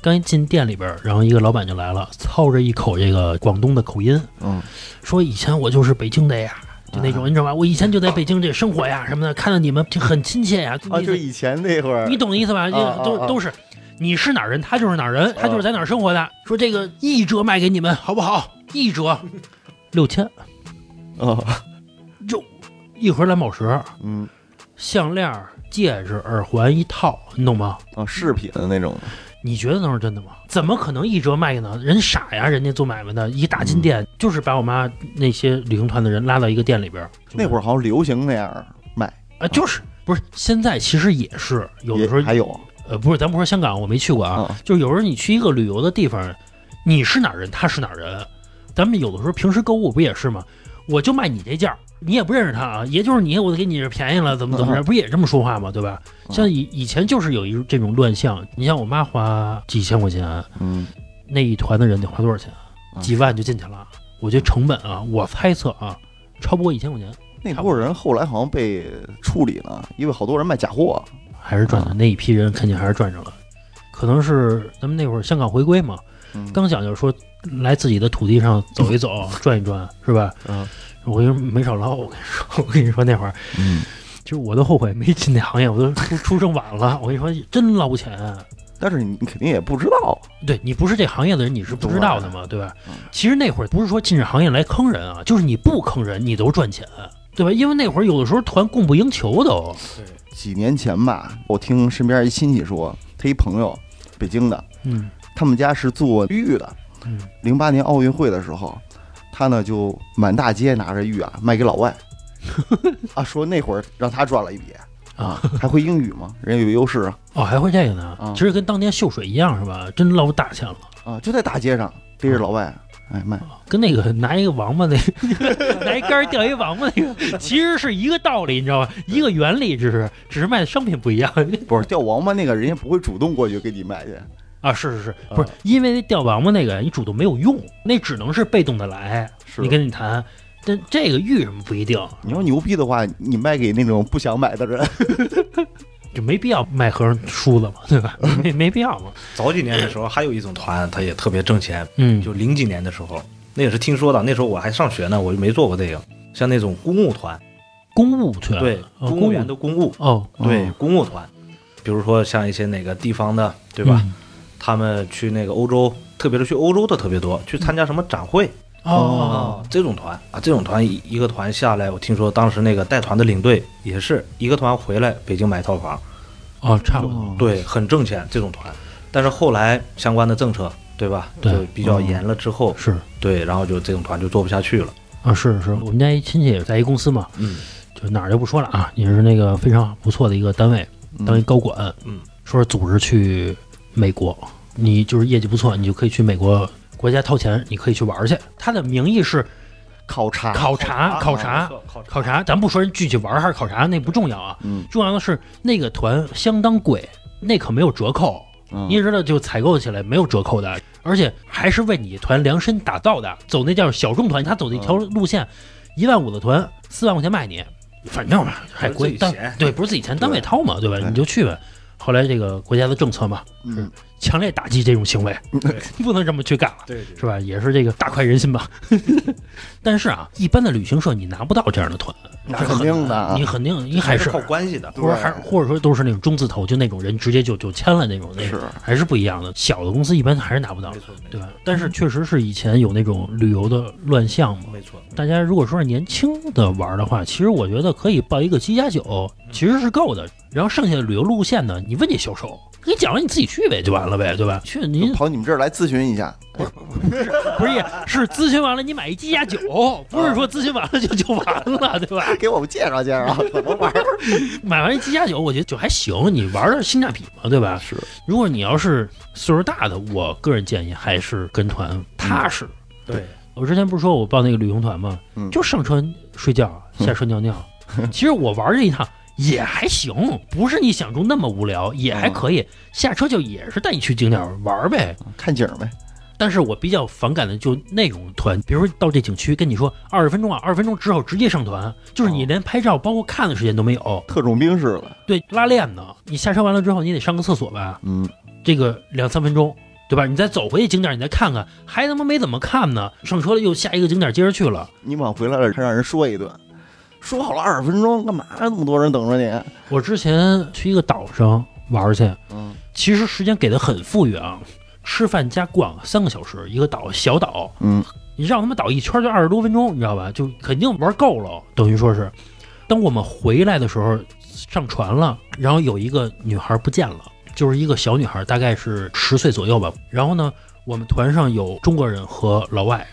Speaker 3: 刚一进店里边儿，然后一个老板就来了，操着一口这个广东的口音，
Speaker 4: 嗯，啊
Speaker 3: 说以前我就是北京的呀。就那种，你知道吧？我以前就在北京这生活呀，什么的，看到你们就很亲切呀。
Speaker 4: 啊，
Speaker 3: 意
Speaker 4: 就
Speaker 3: 思
Speaker 4: 以前那会儿
Speaker 3: 你，懂的意思吧？这
Speaker 4: 啊
Speaker 3: 个都
Speaker 4: 啊啊
Speaker 3: 是都是，你是哪儿人，他就是哪儿人，他
Speaker 4: 嗯
Speaker 3: 就是在哪儿生活的。说这个一折卖给你们好不好？一 折六千，
Speaker 4: 哦，
Speaker 3: 哟，一盒蓝宝石、
Speaker 4: 嗯，
Speaker 3: 项链儿、戒指、耳环一套，你懂吗？
Speaker 4: 啊，饰品的那种，
Speaker 3: 你觉得能是真的吗？怎么可能一折卖呢？人傻呀，人家做买卖的，一大
Speaker 4: 嗯
Speaker 3: 金店、就是把我妈那些旅行团的人拉到一个店里边儿。
Speaker 4: 那会儿好像流行那样儿卖，
Speaker 3: 啊，就是不是现在其实也是有的时候
Speaker 4: 也还有
Speaker 3: 呃，不是，咱不说香港，我没去过啊。
Speaker 4: 啊
Speaker 3: 就是有时候你去一个旅游的地方，你是哪儿人，他是哪儿人。咱们有的时候平时购物不也是吗？我就卖你这价儿，你也不认识他啊，也就是你，我就给你这便宜了，怎么怎么着，
Speaker 4: 嗯
Speaker 3: 不也这么说话吗？对吧？像以以前就是有一这种乱象，你像我妈花几千块钱，
Speaker 4: 嗯，
Speaker 3: 那一团的人得花多少钱？
Speaker 4: 啊
Speaker 3: 几万就进去了。我觉得成本啊，我猜测啊，超不过一千块钱，
Speaker 4: 那波人后来好像被处理了，因为好多人卖假货，
Speaker 3: 还是赚的。那一批人肯定还是赚着了，可能是咱们那会儿香港回归嘛，
Speaker 4: 嗯
Speaker 3: 刚讲就是说来自己的土地上走一 走、转一转，是吧？
Speaker 4: 嗯，
Speaker 3: 我又没少捞，我跟你说，我跟你说那会儿
Speaker 4: 嗯
Speaker 3: 就是我都后悔没进那行业，我都出出生晚了。我跟你说，真捞钱。
Speaker 4: 但是你你肯定也不知道，
Speaker 3: 对你不是这行业的人，你是不知道的嘛，对啊吧？其实那会儿不是说进这行业来坑人啊，就是你不坑人，你都赚钱，对吧？因为那会儿有的时候团供不应求都，
Speaker 4: 几年前吧，我听身边一亲戚说，他一朋友，北京的，
Speaker 3: 嗯
Speaker 4: 他们家是做玉的
Speaker 3: 嗯。
Speaker 4: 零八年奥运会的时候，他呢就满大街拿着玉啊卖给 老外，啊说那会儿让他赚了一笔，
Speaker 3: 啊，
Speaker 4: 还会英语吗？人家有优势啊
Speaker 3: 哦，还会这个呢
Speaker 4: 啊，
Speaker 3: 其实跟当年秀水一样是吧？真捞大钱了，
Speaker 4: 啊，就在大街上逮着老外，哎卖，
Speaker 3: 跟那个拿一个王八那 个拿一杆儿钓一王八那 个，其实是一个道理，你知道吧？一个原理，只是只是卖的商品不一样
Speaker 4: 不是钓王八那个人家不会主动过去给你卖去，
Speaker 3: 啊。是是是，不是因为那钓王八那个你主动没有用，那只能是被动的来，
Speaker 4: 是
Speaker 3: 你跟你谈。但这个遇什么不一定，
Speaker 4: 你要牛逼的话，你卖给那种不想买的人，
Speaker 3: 就没必要卖和尚梳子嘛，对 吧？没没必要嘛。
Speaker 5: 早几年的时候还有一种团，它也特别挣钱，
Speaker 3: 嗯，
Speaker 5: 就零几年的时候，那也是听说的。那时候我还上学呢，我就没做过这个。像那种公务团，
Speaker 3: 公务去了
Speaker 5: 对，
Speaker 3: 哦
Speaker 5: 嗯公务员的公务，
Speaker 3: 哦，
Speaker 5: 对
Speaker 4: 嗯，
Speaker 5: 公务团，比如说像一些哪个地方的，对吧？
Speaker 3: 嗯？
Speaker 5: 他们去那个欧洲，特别是去欧洲的特别多，去参加什么展会
Speaker 3: 哦，
Speaker 5: 这种团啊，这种团一一个团下来，我听说当时那个带团的领队也是一个团回来北京买一套房，
Speaker 3: 哦，差不多。
Speaker 5: 对，很挣钱这种团。但是后来相关的政策，对吧？
Speaker 3: 对哦
Speaker 5: 就比较严了之后，
Speaker 3: 是
Speaker 5: 对，然后就这种团就做不下去了。
Speaker 3: 啊，是是，我们家一亲戚也在一公司嘛，
Speaker 5: 嗯，
Speaker 3: 就哪儿就不说了啊，也是那个非常不错的一个单位，当一高管，
Speaker 5: 嗯，
Speaker 3: 说是组织去美国，你就是业绩不错，你就可以去美国国家掏钱，你可以去玩儿去。他的名义是
Speaker 4: 考察
Speaker 3: 考察，考
Speaker 5: 啊
Speaker 3: 察，考察，咱不说人具体玩儿还是考察，那不重要啊，
Speaker 4: 嗯
Speaker 3: 重要的是那个团相当贵，那可没有折扣。
Speaker 4: 嗯
Speaker 3: 你也知道，就采购起来没有折扣的，而且还是为你团量身打造的，走那叫小众团，他走那条
Speaker 4: 嗯
Speaker 3: 路线，一万五的团，四万块钱卖你，反正吧还
Speaker 5: 不是
Speaker 3: 贵，
Speaker 5: 自己
Speaker 3: 单
Speaker 5: 钱
Speaker 3: 对，不是自己钱，单位掏嘛，对吧？
Speaker 4: 对
Speaker 3: 你就去呗。后来这个国家的政策嘛，
Speaker 4: 嗯
Speaker 3: 是强烈打击这种行为， 不能这么去干了，
Speaker 5: 对
Speaker 3: 是吧？也是这个大快人心 吧。但是啊，一般的旅行社你拿不到这样的团，
Speaker 4: 那肯定的啊
Speaker 3: 你肯定你还是
Speaker 5: 靠关系的。
Speaker 4: 对
Speaker 3: 或者还或者说都是那种中字头，就那种人直接就就签了那种，那
Speaker 4: 是
Speaker 3: 还是不一样的。小的公司一般还是拿不到
Speaker 5: 没，错，没
Speaker 3: 对
Speaker 5: 错，
Speaker 3: 吧？但是确实是以前有那种旅游的乱象嘛。
Speaker 5: 没错。
Speaker 3: 大家如果说是年轻的玩儿的话，其实我觉得可以报一个七加九，其实是够的。然后剩下的旅游路线呢，你问你销售，你讲完你自己去呗，就完了呗，对吧？去您
Speaker 4: 跑你们这儿来咨询一下，
Speaker 3: 不是也是咨询完了你买一七加 九，不是说咨询完了就就完了，对吧？
Speaker 4: 给我们介绍介绍怎么 玩儿。
Speaker 3: 买完一鸡加酒，我觉得就还行，你玩的性价比嘛，对吧？
Speaker 4: 是。
Speaker 3: 如果你要是岁数大的，我个人建议还是跟团踏实。
Speaker 5: 对，
Speaker 3: 我之前不是说我报那个旅行团吗？
Speaker 4: 嗯
Speaker 3: 就上船睡觉，啊下船 尿尿。其实我玩这一趟也还行，不是你想中那么无聊，也
Speaker 4: 嗯
Speaker 3: 还可以。下车就也是带你去景点玩呗。
Speaker 4: 看景儿呗，
Speaker 3: 但是我比较反感的就那种团，比如说到这景区跟你说二十分钟啊，二十分钟之后直接上团，就是你连拍照包括看的时间都没有。
Speaker 4: 特种兵似的。
Speaker 3: 对，拉练呢，你下车完了之后，你得上个厕所吧，
Speaker 4: 嗯，
Speaker 3: 这个两三分钟，对吧？你再走回去景点，你再看看，还他妈没怎么看呢。上车了又下一个景点接着去了。
Speaker 4: 你往回来了还让人说一顿，说好了二十分钟，干嘛那么多人等着你？啊
Speaker 3: 我之前去一个岛上玩儿去，
Speaker 4: 嗯，
Speaker 3: 其实时间给的很富裕啊，吃饭加逛三个小时，一个岛小岛，
Speaker 4: 嗯，
Speaker 3: 你绕他妈岛一圈就二十多分钟，你知道吧？就肯定玩够了，等于说是。当我们回来的时候，上船了，然后有一个女孩不见了，就是一个小女孩，大概是十岁左右吧。然后呢，我们团上有中国人和老外。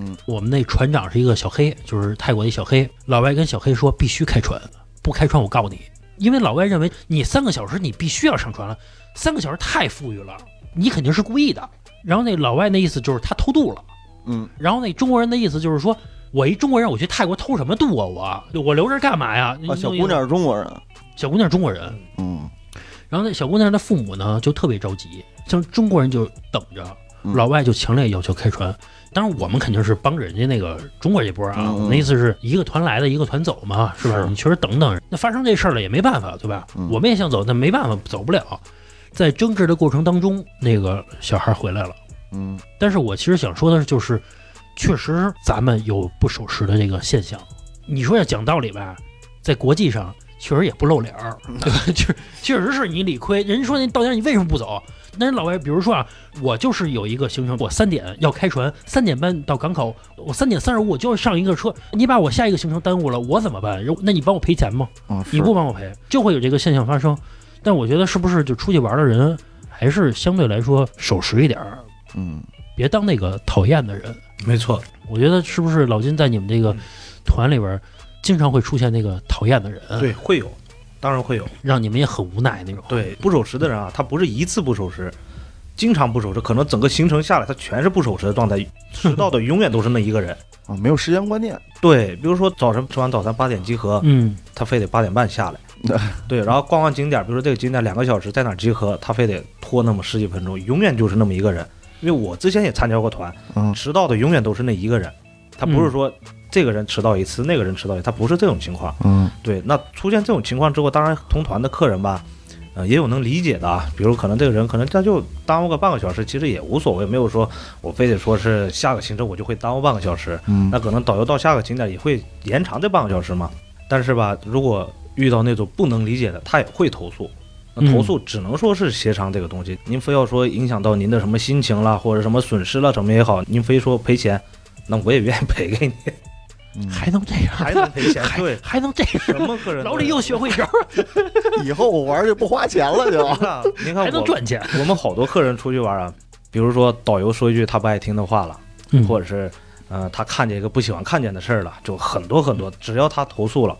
Speaker 4: 嗯，
Speaker 3: 我们那船长是一个小黑，就是泰国的一小黑。老外跟小黑说必须开船，不开船我告你。因为老外认为你三个小时你必须要上船了，三个小时太富裕了，你肯定是故意的。然后那老外那意思就是他偷渡了，
Speaker 4: 嗯，
Speaker 3: 然后那中国人的意思就是说，我一中国人，我去泰国偷什么渡啊？我我留这儿干嘛呀？
Speaker 4: 啊，小姑，娘是中国人，
Speaker 3: 小姑娘中国人。
Speaker 4: 嗯，
Speaker 3: 然后那小姑娘的父母呢就特别着急，像中国人就等着，
Speaker 4: 嗯
Speaker 3: 老外就强烈要求开船。当然，我们肯定是帮人家那个中国这波啊，
Speaker 4: 嗯嗯
Speaker 3: 我们的意思是一个团来的，一个团走嘛，是吧？
Speaker 4: 是
Speaker 3: 你确实等等，那发生这事儿了也没办法，对吧？
Speaker 4: 嗯
Speaker 3: 我们也想走，但没办法，走不了。在争执的过程当中，那个小孩回来了。
Speaker 4: 嗯，
Speaker 3: 但是我其实想说的是，就是确实咱们有不守时的这个现象。你说要讲道理吧，在国际上，确实也不露脸儿，对吧？ 就是确实是你理亏。人家说你到家你为什么不走？但是老外，比如说啊，我就是有一个行程，我三点要开船，三点半到港口，我三点三十五我就要上一个车，你把我下一个行程耽误了，我怎么办？然后那你帮我赔钱吗？
Speaker 4: 啊，是
Speaker 3: 你不帮我赔，就会有这个现象发生。但我觉得是不是就出去玩的人还是相对来说守时一点儿，
Speaker 4: 嗯，
Speaker 3: 别当那个讨厌的人。
Speaker 5: 没错，
Speaker 3: 我觉得是不是老金在你们这个
Speaker 5: 嗯
Speaker 3: 团里边儿，经常会出现那个讨厌的人，
Speaker 5: 对，会有，当然会有。
Speaker 3: 让你们也很无奈那种。
Speaker 5: 对，不守时的人啊，他不是一次不守时，经常不守时，可能整个行程下来他全是不守时的状态，迟到的永远都是那一个人。
Speaker 4: 啊，没有时间观念，
Speaker 5: 对，比如说早晨吃完早餐八点集合，
Speaker 3: 嗯，
Speaker 5: 他非得八点半下来。对，然后逛完景点，比如说这个景点两个小时，在哪儿集合，他非得拖那么十几分钟，永远就是那么一个人。因为我之前也参加过团，
Speaker 4: 嗯，
Speaker 5: 迟到的永远都是那一个人，他不是
Speaker 3: 嗯
Speaker 5: 说这个人迟到一次，那个人迟到一次，他不是这种情况。
Speaker 4: 嗯
Speaker 5: 对，那出现这种情况之后，当然同团的客人吧，呃，也有能理解的啊。比如可能这个人可能他就耽误个半个小时，其实也无所谓，没有说我非得说是下个行程我就会耽误半个小时。
Speaker 4: 嗯
Speaker 5: 那可能导游到下个景点也会延长这半个小时嘛。但是吧，如果遇到那种不能理解的，他也会投诉。那
Speaker 3: 嗯
Speaker 5: 投诉只能说是协商这个东西，您非要说影响到您的什么心情啦，或者什么损失了什么也好，您非说赔钱，那我也愿意赔 给你，
Speaker 4: 嗯
Speaker 3: 还能这样，？
Speaker 5: 还能赔钱
Speaker 3: 还
Speaker 5: 对，
Speaker 3: 还能这样，
Speaker 5: 什么客人都
Speaker 3: 老李
Speaker 5: 有
Speaker 3: 又学会一招，
Speaker 4: 以后我玩就不花钱了就，
Speaker 5: 啊，您看
Speaker 3: 还能
Speaker 5: 我
Speaker 3: 赚钱。
Speaker 5: 我们好多客人出去玩啊，比如说导游说一句他不爱听的话了，
Speaker 3: 嗯
Speaker 5: 或者是呃他看见一个不喜欢看见的事儿了，就很多很
Speaker 3: 嗯
Speaker 5: 多，只要他投诉了。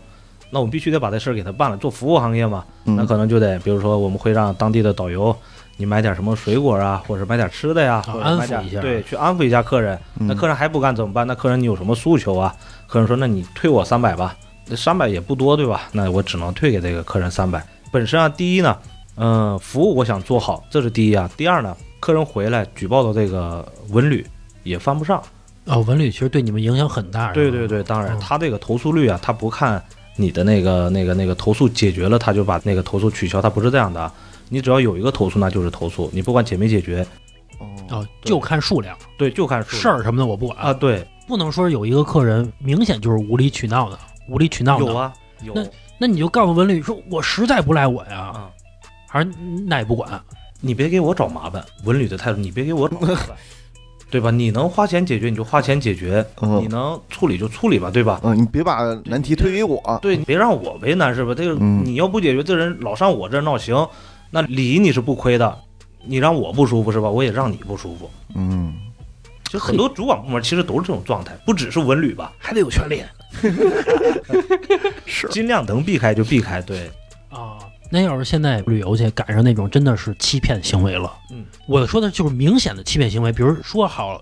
Speaker 5: 那我们必须得把这事儿给他办了。做服务行业嘛，
Speaker 3: 嗯
Speaker 5: 那可能就得，比如说，我们会让当地的导游，你买点什么水果啊，或者买点吃的呀，或者买
Speaker 3: 安抚一
Speaker 5: 点
Speaker 3: 下
Speaker 5: 对，去安抚一下客人。
Speaker 3: 嗯
Speaker 4: 嗯
Speaker 5: 那客人还不干怎么办？那客人你有什么诉求啊？客人说：“那你退我三百吧。”那三百也不多，对吧？那我只能退给这个客人三百。本身啊，第一呢，嗯、服务我想做好，这是第一啊。第二呢，客人回来举报的这个文旅也犯不上。
Speaker 3: 哦，文旅其实对你们影响很大。
Speaker 5: 对
Speaker 3: 是吧
Speaker 5: 对，对，当然
Speaker 3: 嗯，
Speaker 5: 他这个投诉率啊，他不看你的那个那个那个投诉解决了，他就把那个投诉取消，他不是这样的啊。你只要有一个投诉，那就是投诉，你不管解没解决，
Speaker 4: 哦，
Speaker 3: 哦，就看数量，
Speaker 5: 对，就看数
Speaker 3: 事儿什么的我不
Speaker 5: 啊，
Speaker 3: 管，
Speaker 5: 对，
Speaker 3: 不能说有一个客人明显就是无理取闹的，无理取闹
Speaker 5: 有
Speaker 3: 的。
Speaker 5: 啊，有
Speaker 3: 那那你就告诉文旅说，我实在不赖我呀，
Speaker 5: 啊。
Speaker 3: 还是那也不管。
Speaker 5: 你别给我找麻烦，文旅的态度，你别给我找麻烦，对吧？你能花钱解决你就花钱解决，哦你
Speaker 4: 嗯
Speaker 5: 能处理就处理吧，对吧？
Speaker 4: 嗯，你别把难题推给我，啊
Speaker 5: 对，你别让我为难是吧？这个
Speaker 4: 嗯
Speaker 5: 你要不解决，这人老上我这儿闹行，那理你是不亏的，你让我不舒服是吧？我也让你不舒服。
Speaker 4: 嗯，
Speaker 5: 其实很多主管部门其实都是这种状态，不只是文旅吧，
Speaker 3: 还得有权利
Speaker 4: 是
Speaker 5: 尽量能避开就避开。对，
Speaker 3: 啊。那要是现在旅游去赶上那种真的是欺骗行为了，
Speaker 5: 嗯，
Speaker 3: 我说的就是明显的欺骗行为，比如说好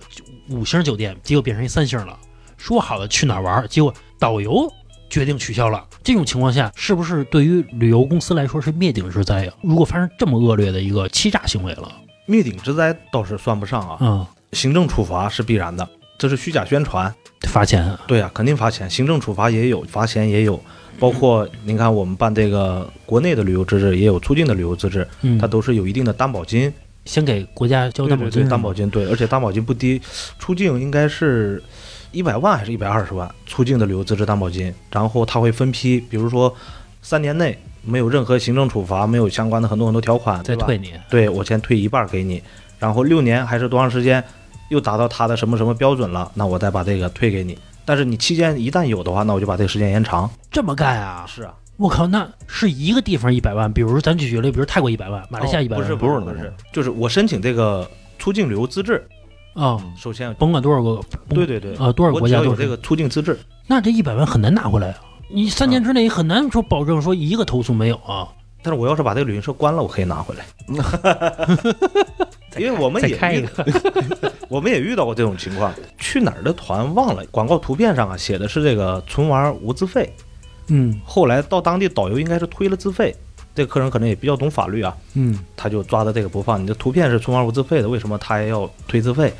Speaker 3: 五星酒店，结果变成一三星了；说好了去哪儿玩，结果导游决定取消了。这种情况下，是不是对于旅游公司来说是灭顶之灾呀？如果发生这么恶劣的一个欺诈行为了，
Speaker 5: 灭顶之灾倒是算不上啊，
Speaker 3: 嗯，
Speaker 5: 行政处罚是必然的，这是虚假宣传。
Speaker 3: 罚钱啊，
Speaker 5: 对啊，肯定罚钱，行政处罚也有，罚钱也有，包括您看我们办这个国内的旅游资质，也有出境的旅游资质，
Speaker 3: 嗯，
Speaker 5: 它都是有一定的担保金，
Speaker 3: 先给国家交担保
Speaker 5: 对对
Speaker 3: 金，
Speaker 5: 对担保金对，而且担保金不低，出境应该是一百万还是一百二十万，出境的旅游资质担保金，然后它会分批，比如说三年内没有任何行政处罚，没有相关的很多很多条款，
Speaker 3: 再
Speaker 5: 对吧
Speaker 3: 退你，
Speaker 5: 对我先退一半儿给你，然后六年还是多长时间，又达到他的什么什么标准了，那我再把这个退给你。但是你期间一旦有的话，那我就把这个时间延长。
Speaker 3: 这么干啊？
Speaker 5: 是啊，
Speaker 3: 我靠，那是一个地方一百万，比如咱举举例，比如泰国一百万，马来西啊亚一百
Speaker 5: 哦不
Speaker 3: 万，
Speaker 5: 是
Speaker 4: 不是
Speaker 5: 不
Speaker 4: 不
Speaker 5: 是
Speaker 4: 是，
Speaker 5: 就是我申请这个出境旅游资质，
Speaker 3: 啊，
Speaker 5: 首先
Speaker 3: 甭管多少个，
Speaker 5: 对对对，
Speaker 3: 啊，多少
Speaker 5: 我
Speaker 3: 国
Speaker 5: 只
Speaker 3: 家
Speaker 5: 要
Speaker 3: 都
Speaker 5: 有
Speaker 3: 是
Speaker 5: 这个出境资质，
Speaker 3: 那这一百万很难拿回来啊！你三年之内很难说保证说一个投诉没有啊。
Speaker 5: 但是我要是把这个旅行社关了，我可以拿回 来。因为我们也遇
Speaker 3: 个，
Speaker 5: 我们也遇到过这种情况，去哪儿的团忘了，广告图片上啊写的是这个纯玩无资费，
Speaker 3: 嗯
Speaker 5: 后来到当地导游应该是推了自费，这个客人可能也比较懂法律啊，
Speaker 3: 嗯，
Speaker 5: 他就抓着这个不放。你的图片是纯玩无自费的，为什么他也要推自费？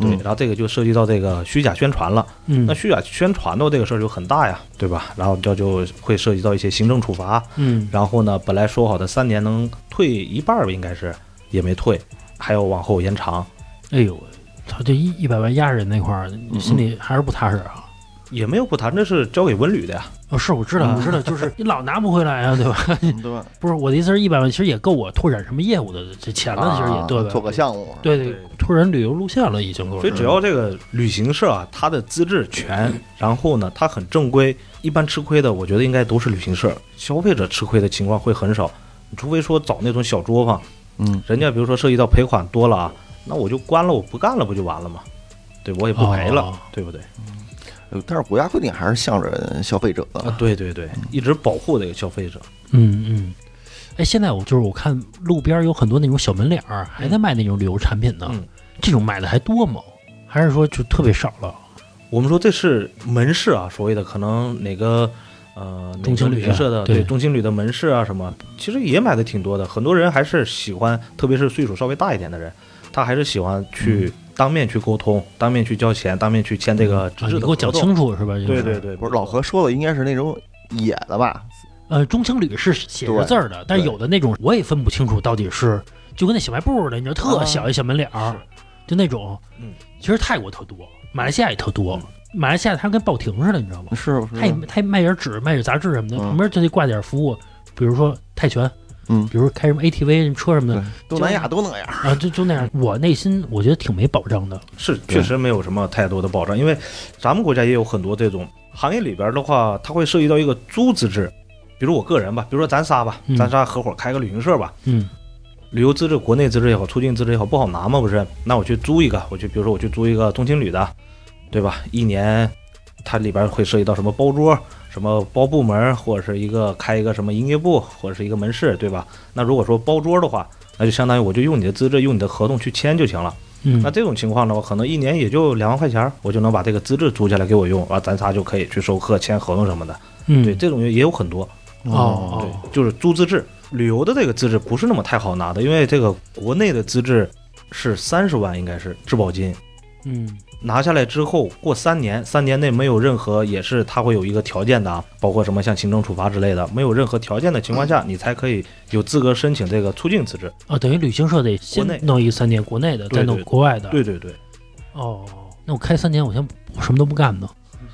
Speaker 5: 对，
Speaker 4: 嗯
Speaker 5: 然后这个就涉及到这个虚假宣传了。
Speaker 3: 嗯
Speaker 5: 那虚假宣传的这个事儿就很大呀，对吧？然后这就会涉及到一些行政处罚。
Speaker 3: 嗯
Speaker 5: 然后呢，本来说好的三年能退一半儿吧，应该是也没退，还要往后延长。
Speaker 3: 哎呦喂，他这一一百万压人那块儿，心里还是不踏实啊。
Speaker 5: 也没有不谈，这是交给文旅的呀。
Speaker 3: 哦，是我知
Speaker 5: 啊
Speaker 3: 道，我知道，就是 你老拿不回来啊，对吧？
Speaker 4: 嗯对吧？
Speaker 3: 不是我的意思是，一百万其实也够我拓展什么业务的这钱了，其实也
Speaker 4: 啊
Speaker 3: 对吧？
Speaker 4: 做个项目，
Speaker 3: 对对
Speaker 5: 对，
Speaker 3: 拓展旅游路线了，已经够了。
Speaker 5: 所以只要这个旅行社啊，它的资质全，然后呢，它很正规，一般吃亏的，我觉得应该都是旅行社，消费者吃亏的情况会很少，除非说找那种小作坊，
Speaker 4: 嗯，
Speaker 5: 人家比如说涉及到赔款多了啊，那我就关了，我不干了，不就完了吗？对我也不赔了，
Speaker 3: 哦
Speaker 5: 对不对？
Speaker 4: 呃但是国家规定还是向着消费者的，
Speaker 5: 啊，对对对，一直保护这个消费者。
Speaker 3: 嗯嗯，哎，现在我就是我看路边有很多那种小门脸儿，还在卖那种旅游产品呢，
Speaker 5: 嗯
Speaker 3: 这种买的还多吗？还是说就特别少了？
Speaker 5: 我们说这是门市啊，所谓的可能哪个呃
Speaker 3: 中青旅啊
Speaker 5: 哪个旅行社的
Speaker 3: 对
Speaker 5: 中青旅的门市啊什么，其实也买的挺多的。很多人还是喜欢，特别是岁数稍微大一点的人，他还是喜欢
Speaker 3: 嗯
Speaker 5: 去当面去沟通，当面去交钱，当面去签这个纸
Speaker 3: 啊，
Speaker 5: 质
Speaker 3: 你
Speaker 5: 的
Speaker 3: 给我讲
Speaker 5: 合同
Speaker 3: 清楚是吧？这个
Speaker 5: 对
Speaker 3: 事
Speaker 5: 对
Speaker 3: 儿。
Speaker 5: 对，
Speaker 4: 不是老何说的应该是那种野的吧？
Speaker 3: 呃，中青旅是写着
Speaker 4: 对
Speaker 3: 字儿的，但是
Speaker 4: 对
Speaker 3: 有的那种我也分不清楚到底是就跟那小卖部似的，你知道特
Speaker 4: 啊
Speaker 3: 小一小门脸儿、就那种。
Speaker 5: 嗯，
Speaker 3: 其实泰国特多，马来西亚也特多。马来西亚它跟报亭似的，你知道吗？
Speaker 4: 是
Speaker 5: 嗯
Speaker 4: 不
Speaker 3: 它也
Speaker 4: 是？
Speaker 3: 它也卖点纸，卖点杂志什么的，
Speaker 4: 嗯
Speaker 3: 旁边就得挂点服务，比如说泰拳，
Speaker 4: 嗯，
Speaker 3: 比如开什么 ATV 什么车什么
Speaker 4: 对
Speaker 3: 的，，
Speaker 4: 东南亚都那样。
Speaker 3: 啊，就就那样。我内心我觉得挺没保障的。
Speaker 5: 是
Speaker 4: 对
Speaker 5: 确实没有什么太多的保障，因为咱们国家也有很多这种行业里边的话，它会涉及到一个租资制，比如我个人吧，比如说咱仨吧，
Speaker 3: 嗯
Speaker 5: 咱仨合伙开个旅行社吧，
Speaker 3: 嗯
Speaker 5: 旅游资质、国内资质也好，出境资质也好，不好拿嘛，不是？那我去租一个，我去，比如说我去租一个中青旅的，对吧？一年，它里边会涉及到什么包桌、什么包部门，或者是一个开一个什么营业部，或者是一个门市，对吧？那如果说包桌的话，那就相当于我就用你的资质，用你的合同去签就行了。
Speaker 3: 嗯
Speaker 5: 那这种情况呢，我可能一年也就两万块钱，我就能把这个资质租下来给我用，完咱仨就可以去授课、签合同什么的。
Speaker 3: 嗯，
Speaker 5: 对，这种也有很多。
Speaker 4: 嗯
Speaker 3: 哦哦，
Speaker 5: 对，就是租资质。旅游的这个资质不是那么太好拿的，因为这个国内的资质是三十万，应该是质保金。
Speaker 3: 嗯
Speaker 5: 拿下来之后，过三年，三年内没有任何，也是它会有一个条件的啊，包括什么像行政处罚之类的，没有任何条件的情况下，你才可以有资格申请这个出境资质。
Speaker 3: 哦，等于旅行社得先
Speaker 5: 国内
Speaker 3: 弄一三年国内的，
Speaker 5: 对
Speaker 3: 再弄
Speaker 5: 对
Speaker 3: 国外的。
Speaker 5: 对对对，
Speaker 3: 哦，那我开三年，我先我什么都不干呢，
Speaker 5: 嗯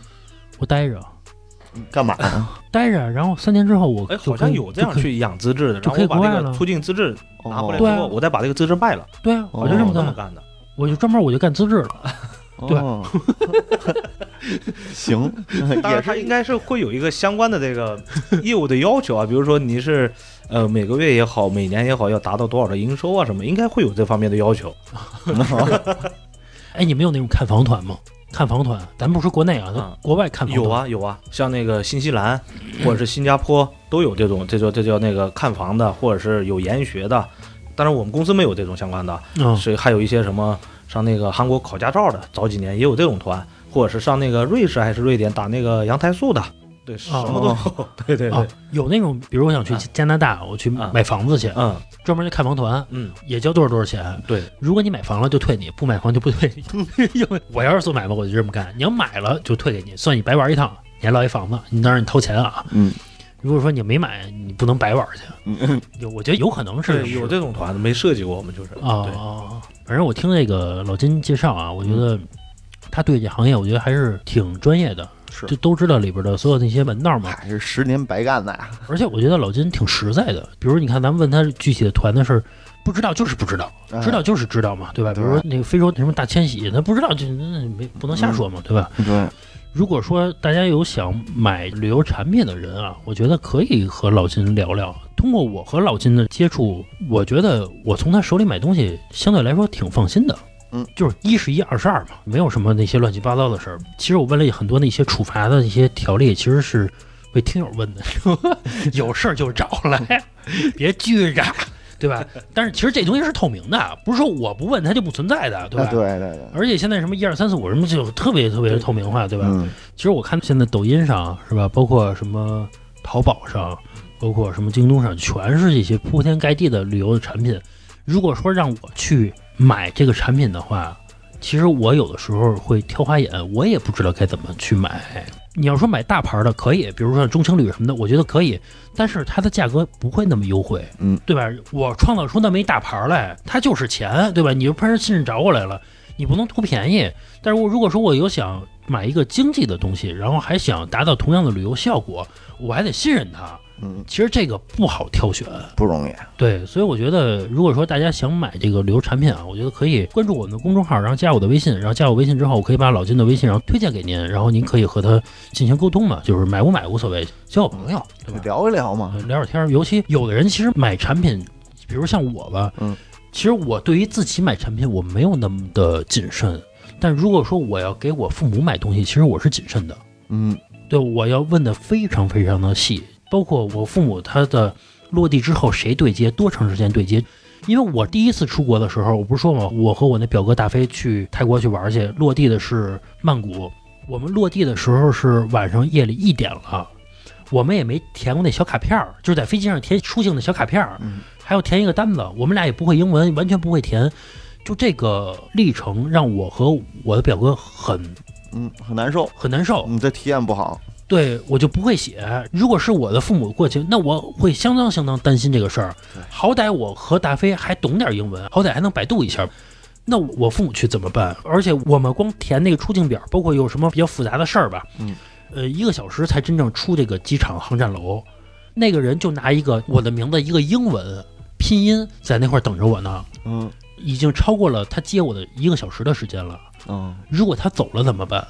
Speaker 3: 我待着哦
Speaker 4: 干嘛呀？
Speaker 3: 待着，然后三年之后我
Speaker 5: 哎，
Speaker 3: 就
Speaker 5: 好像
Speaker 3: 可以
Speaker 5: 有这样
Speaker 3: 就可以
Speaker 5: 去养资质的，
Speaker 3: 就可
Speaker 5: 然后
Speaker 3: 以
Speaker 5: 我把
Speaker 3: 国外
Speaker 5: 这
Speaker 3: 了
Speaker 5: 个出境资质拿回来之
Speaker 3: 对
Speaker 4: 哦
Speaker 3: 啊
Speaker 5: 后，我再把这个资质卖了，
Speaker 3: 对啊，我就这么
Speaker 5: 我这
Speaker 3: 干，
Speaker 5: 么干的。
Speaker 3: 我就专门我就干资质了。对
Speaker 4: 哦行，
Speaker 5: 当
Speaker 4: 也
Speaker 5: 然，它
Speaker 4: 是
Speaker 5: 应该是会有一个相关的这 个业务的要求啊，比如说你是呃每个月也好，每年也好，要达到多少的营收啊什么，应该会有这方面的要求。
Speaker 3: 哎，你们有那种看房团吗？看房团，咱不说国内啊，咱
Speaker 5: 啊
Speaker 3: 国外看房团
Speaker 5: 有，啊有啊，像那个新西 兰或者是新加坡都有这种，这叫这叫那个看房的，或者是有研学的。当然我们公司没有这种相关的，
Speaker 3: 嗯，
Speaker 5: 是还有一些什么上那个韩国考驾照的，早几年也有这种团，或者是上那个瑞士还是瑞典打那个阳台素的，对，什么都有。 对对
Speaker 3: 啊
Speaker 5: 对，，
Speaker 3: 有那种，比如我想去
Speaker 5: 哦啊
Speaker 3: 加拿大，我去
Speaker 5: 啊
Speaker 3: 买房子去，
Speaker 5: 嗯
Speaker 3: 专门去看房团，
Speaker 5: 嗯，
Speaker 3: 也交多少多少钱。
Speaker 5: 对。
Speaker 3: 如果你买房了就退你，不买房就不退你。 因为我要是做买卖，我就这么干。你要买了就退给你，算你白玩一趟，你还落一房子，你当然你掏钱啊。
Speaker 4: 嗯
Speaker 3: 如果说你没买，你不能白玩去。
Speaker 4: 嗯
Speaker 3: 有，我觉得有可能是
Speaker 5: 对，有这种团子没设计过，我们就是
Speaker 3: 啊、
Speaker 5: 对嗯
Speaker 3: 哦反正我听那个老金介绍啊，我觉得他对这行业，我觉得还是挺专业的，
Speaker 4: 是
Speaker 3: 就都知道里边的所有那些门道嘛。
Speaker 4: 还是十年白干的呀？
Speaker 3: 而且我觉得老金挺实在的，比如你看咱们问他具体的团的事儿，不知道就是不知道，
Speaker 4: 哎
Speaker 3: 知道就是知道嘛，对吧？比
Speaker 4: 对
Speaker 3: 如说那个非洲那什么大迁徙，他不知道就那没不能瞎说嘛，对吧？
Speaker 4: 嗯对，
Speaker 3: 如果说大家有想买旅游产品的人啊，我觉得可以和老金聊聊。通过我和老金的接触，我觉得我从他手里买东西相对来说挺放心的。
Speaker 4: 嗯，
Speaker 3: 就是一是一，二是二嘛，没有什么那些乱七八糟的事儿。其实我问了很多那些处罚的一些条例，其实是被听友 问的，有事儿就找来， 别拘着，对吧？但是其实这东西是透明的，不是说我不问它就不存在的，对吧？
Speaker 4: 啊对对对，
Speaker 3: 而且现在什么一二三四五什么就特别特别的透明化，对吧？
Speaker 4: 嗯，
Speaker 3: 其实我看现在抖音上是吧，包括什么淘宝上，包括什么京东上，全是这些铺天盖地的旅游的产品。如果说让我去买这个产品的话，其实我有的时候会挑花眼，我也不知道该怎么去买。你要说买大牌的可以，比如说像中青旅什么的，我觉得可以，但是它的价格不会那么优惠，
Speaker 4: 嗯，
Speaker 3: 对吧？我创造出那么一大牌来，它就是钱，对吧？你就碰上信任找我来了，你不能图便宜。但是我如果说我有想买一个经济的东西，然后还想达到同样的旅游效果，我还得信任他。
Speaker 4: 嗯，
Speaker 3: 其实这个不好挑选，
Speaker 4: 不容易。
Speaker 3: 对，所以我觉得，如果说大家想买这个旅游产品啊，我觉得可以关注我们的公众号，然后加我的微信，然后加我微信之后，我可以把老金的微信然后推荐给您，然后您可以和他进行沟通嘛，就是买不买无所谓，交个朋友，对吧？
Speaker 4: 聊一聊嘛
Speaker 3: 呃，聊会儿天儿。尤其有的人其实买产品，比如像我吧，
Speaker 4: 嗯，
Speaker 3: 其实我对于自己买产品我没有那么的谨慎，但如果说我要给我父母买东西，其实我是谨慎的，
Speaker 4: 嗯，
Speaker 3: 对，我要问的非常非常的细，包括我父母他的落地之后谁对接，多长时间对接。因为我第一次出国的时候，我不是说嘛，我和我那表哥大飞去泰国去玩去，落地的是曼谷。我们落地的时候是晚上夜里一点了，我们也没填过那小卡片儿，就是在飞机上填出境的小卡片儿
Speaker 4: 嗯，
Speaker 3: 还要填一个单子。我们俩也不会英文，完全不会填。就这个历程让我和我的表哥很
Speaker 4: 嗯，很难受，
Speaker 3: 很难受。
Speaker 4: 你这体验不好。
Speaker 3: 对我就不会写。如果是我的父母过去，那我会相当相当担心这个事儿。好歹我和大飞还懂点英文，好歹还能百度一下。那我父母去怎么办？而且我们光填那个出境表，包括有什么比较复杂的事儿吧，
Speaker 4: 嗯，
Speaker 3: 呃，一个小时才真正出这个机场航站楼。那个人就拿一个我的名字一个英文拼音在那块儿等着我呢，
Speaker 4: 嗯
Speaker 3: 已经超过了他接我的一个小时的时间了。
Speaker 4: 嗯
Speaker 3: 如果他走了怎么 办？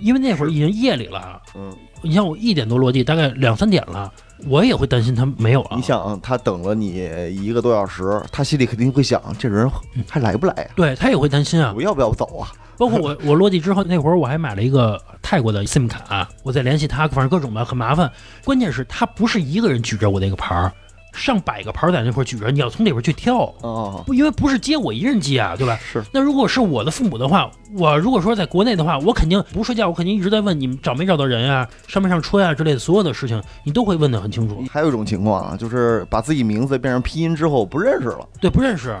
Speaker 3: 因为那会儿已经夜里了，啊
Speaker 4: 嗯，
Speaker 3: 你像我一点多落地，大概两三点了，我也会担心他没有啊。
Speaker 4: 你想他等了你一个多小时，他心里肯定会想，这人还来不来呀、
Speaker 3: 对他也会担心啊
Speaker 4: 我，要不要走啊？
Speaker 3: 包括我， 我落地之后那会儿，我还买了一个泰国的 SIM 卡，啊我再联系他，反正各种吧，很麻烦。关键是，他不是一个人举着我那个牌儿，上百个牌儿在那块儿举着，你要从里边去挑，
Speaker 4: 哦，
Speaker 3: 不因为不是接我一人接啊，对吧？
Speaker 4: 是，
Speaker 3: 那如果是我的父母的话，我如果说在国内的话，我肯定不睡觉，我肯定一直在问你们找没找到人啊，上没上车啊之类的所有的事情，你都会问得很清楚。
Speaker 4: 还有一种情况啊，就是把自己名字变成拼音之后不认识了，
Speaker 3: 对，不认识。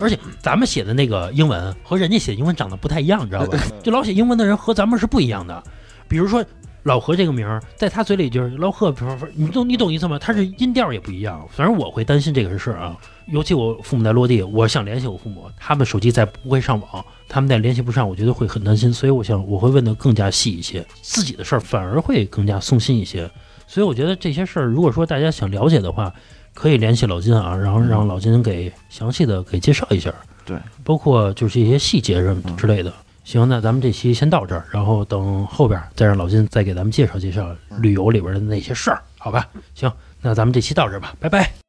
Speaker 3: 而且咱们写的那个英文和人家写英文长得不太一样，你知道吧？就老写英文的人和咱们是不一样的。比如说老何这个名儿，在他嘴里就是老贺，你懂你懂意思吗？他是音调也不一样。反正我会担心这个事儿啊，尤其我父母在落地，我想联系我父母，他们手机再不会上网，他们再联系不上，我觉得会很担心。所以我想我会问的更加细一些，自己的事儿反而会更加松心一些。所以我觉得这些事儿，如果说大家想了解的话，可以联系老金啊，然后让老金给详细的给介绍一下。
Speaker 4: 对，
Speaker 3: 包括就是一些细节什么之类的。行，那咱们这期先到这儿，然后等后边再让老金再给咱们介绍介绍旅游里边的那些事儿，好吧？行，那咱们这期到这儿吧，拜拜。
Speaker 2: Oh,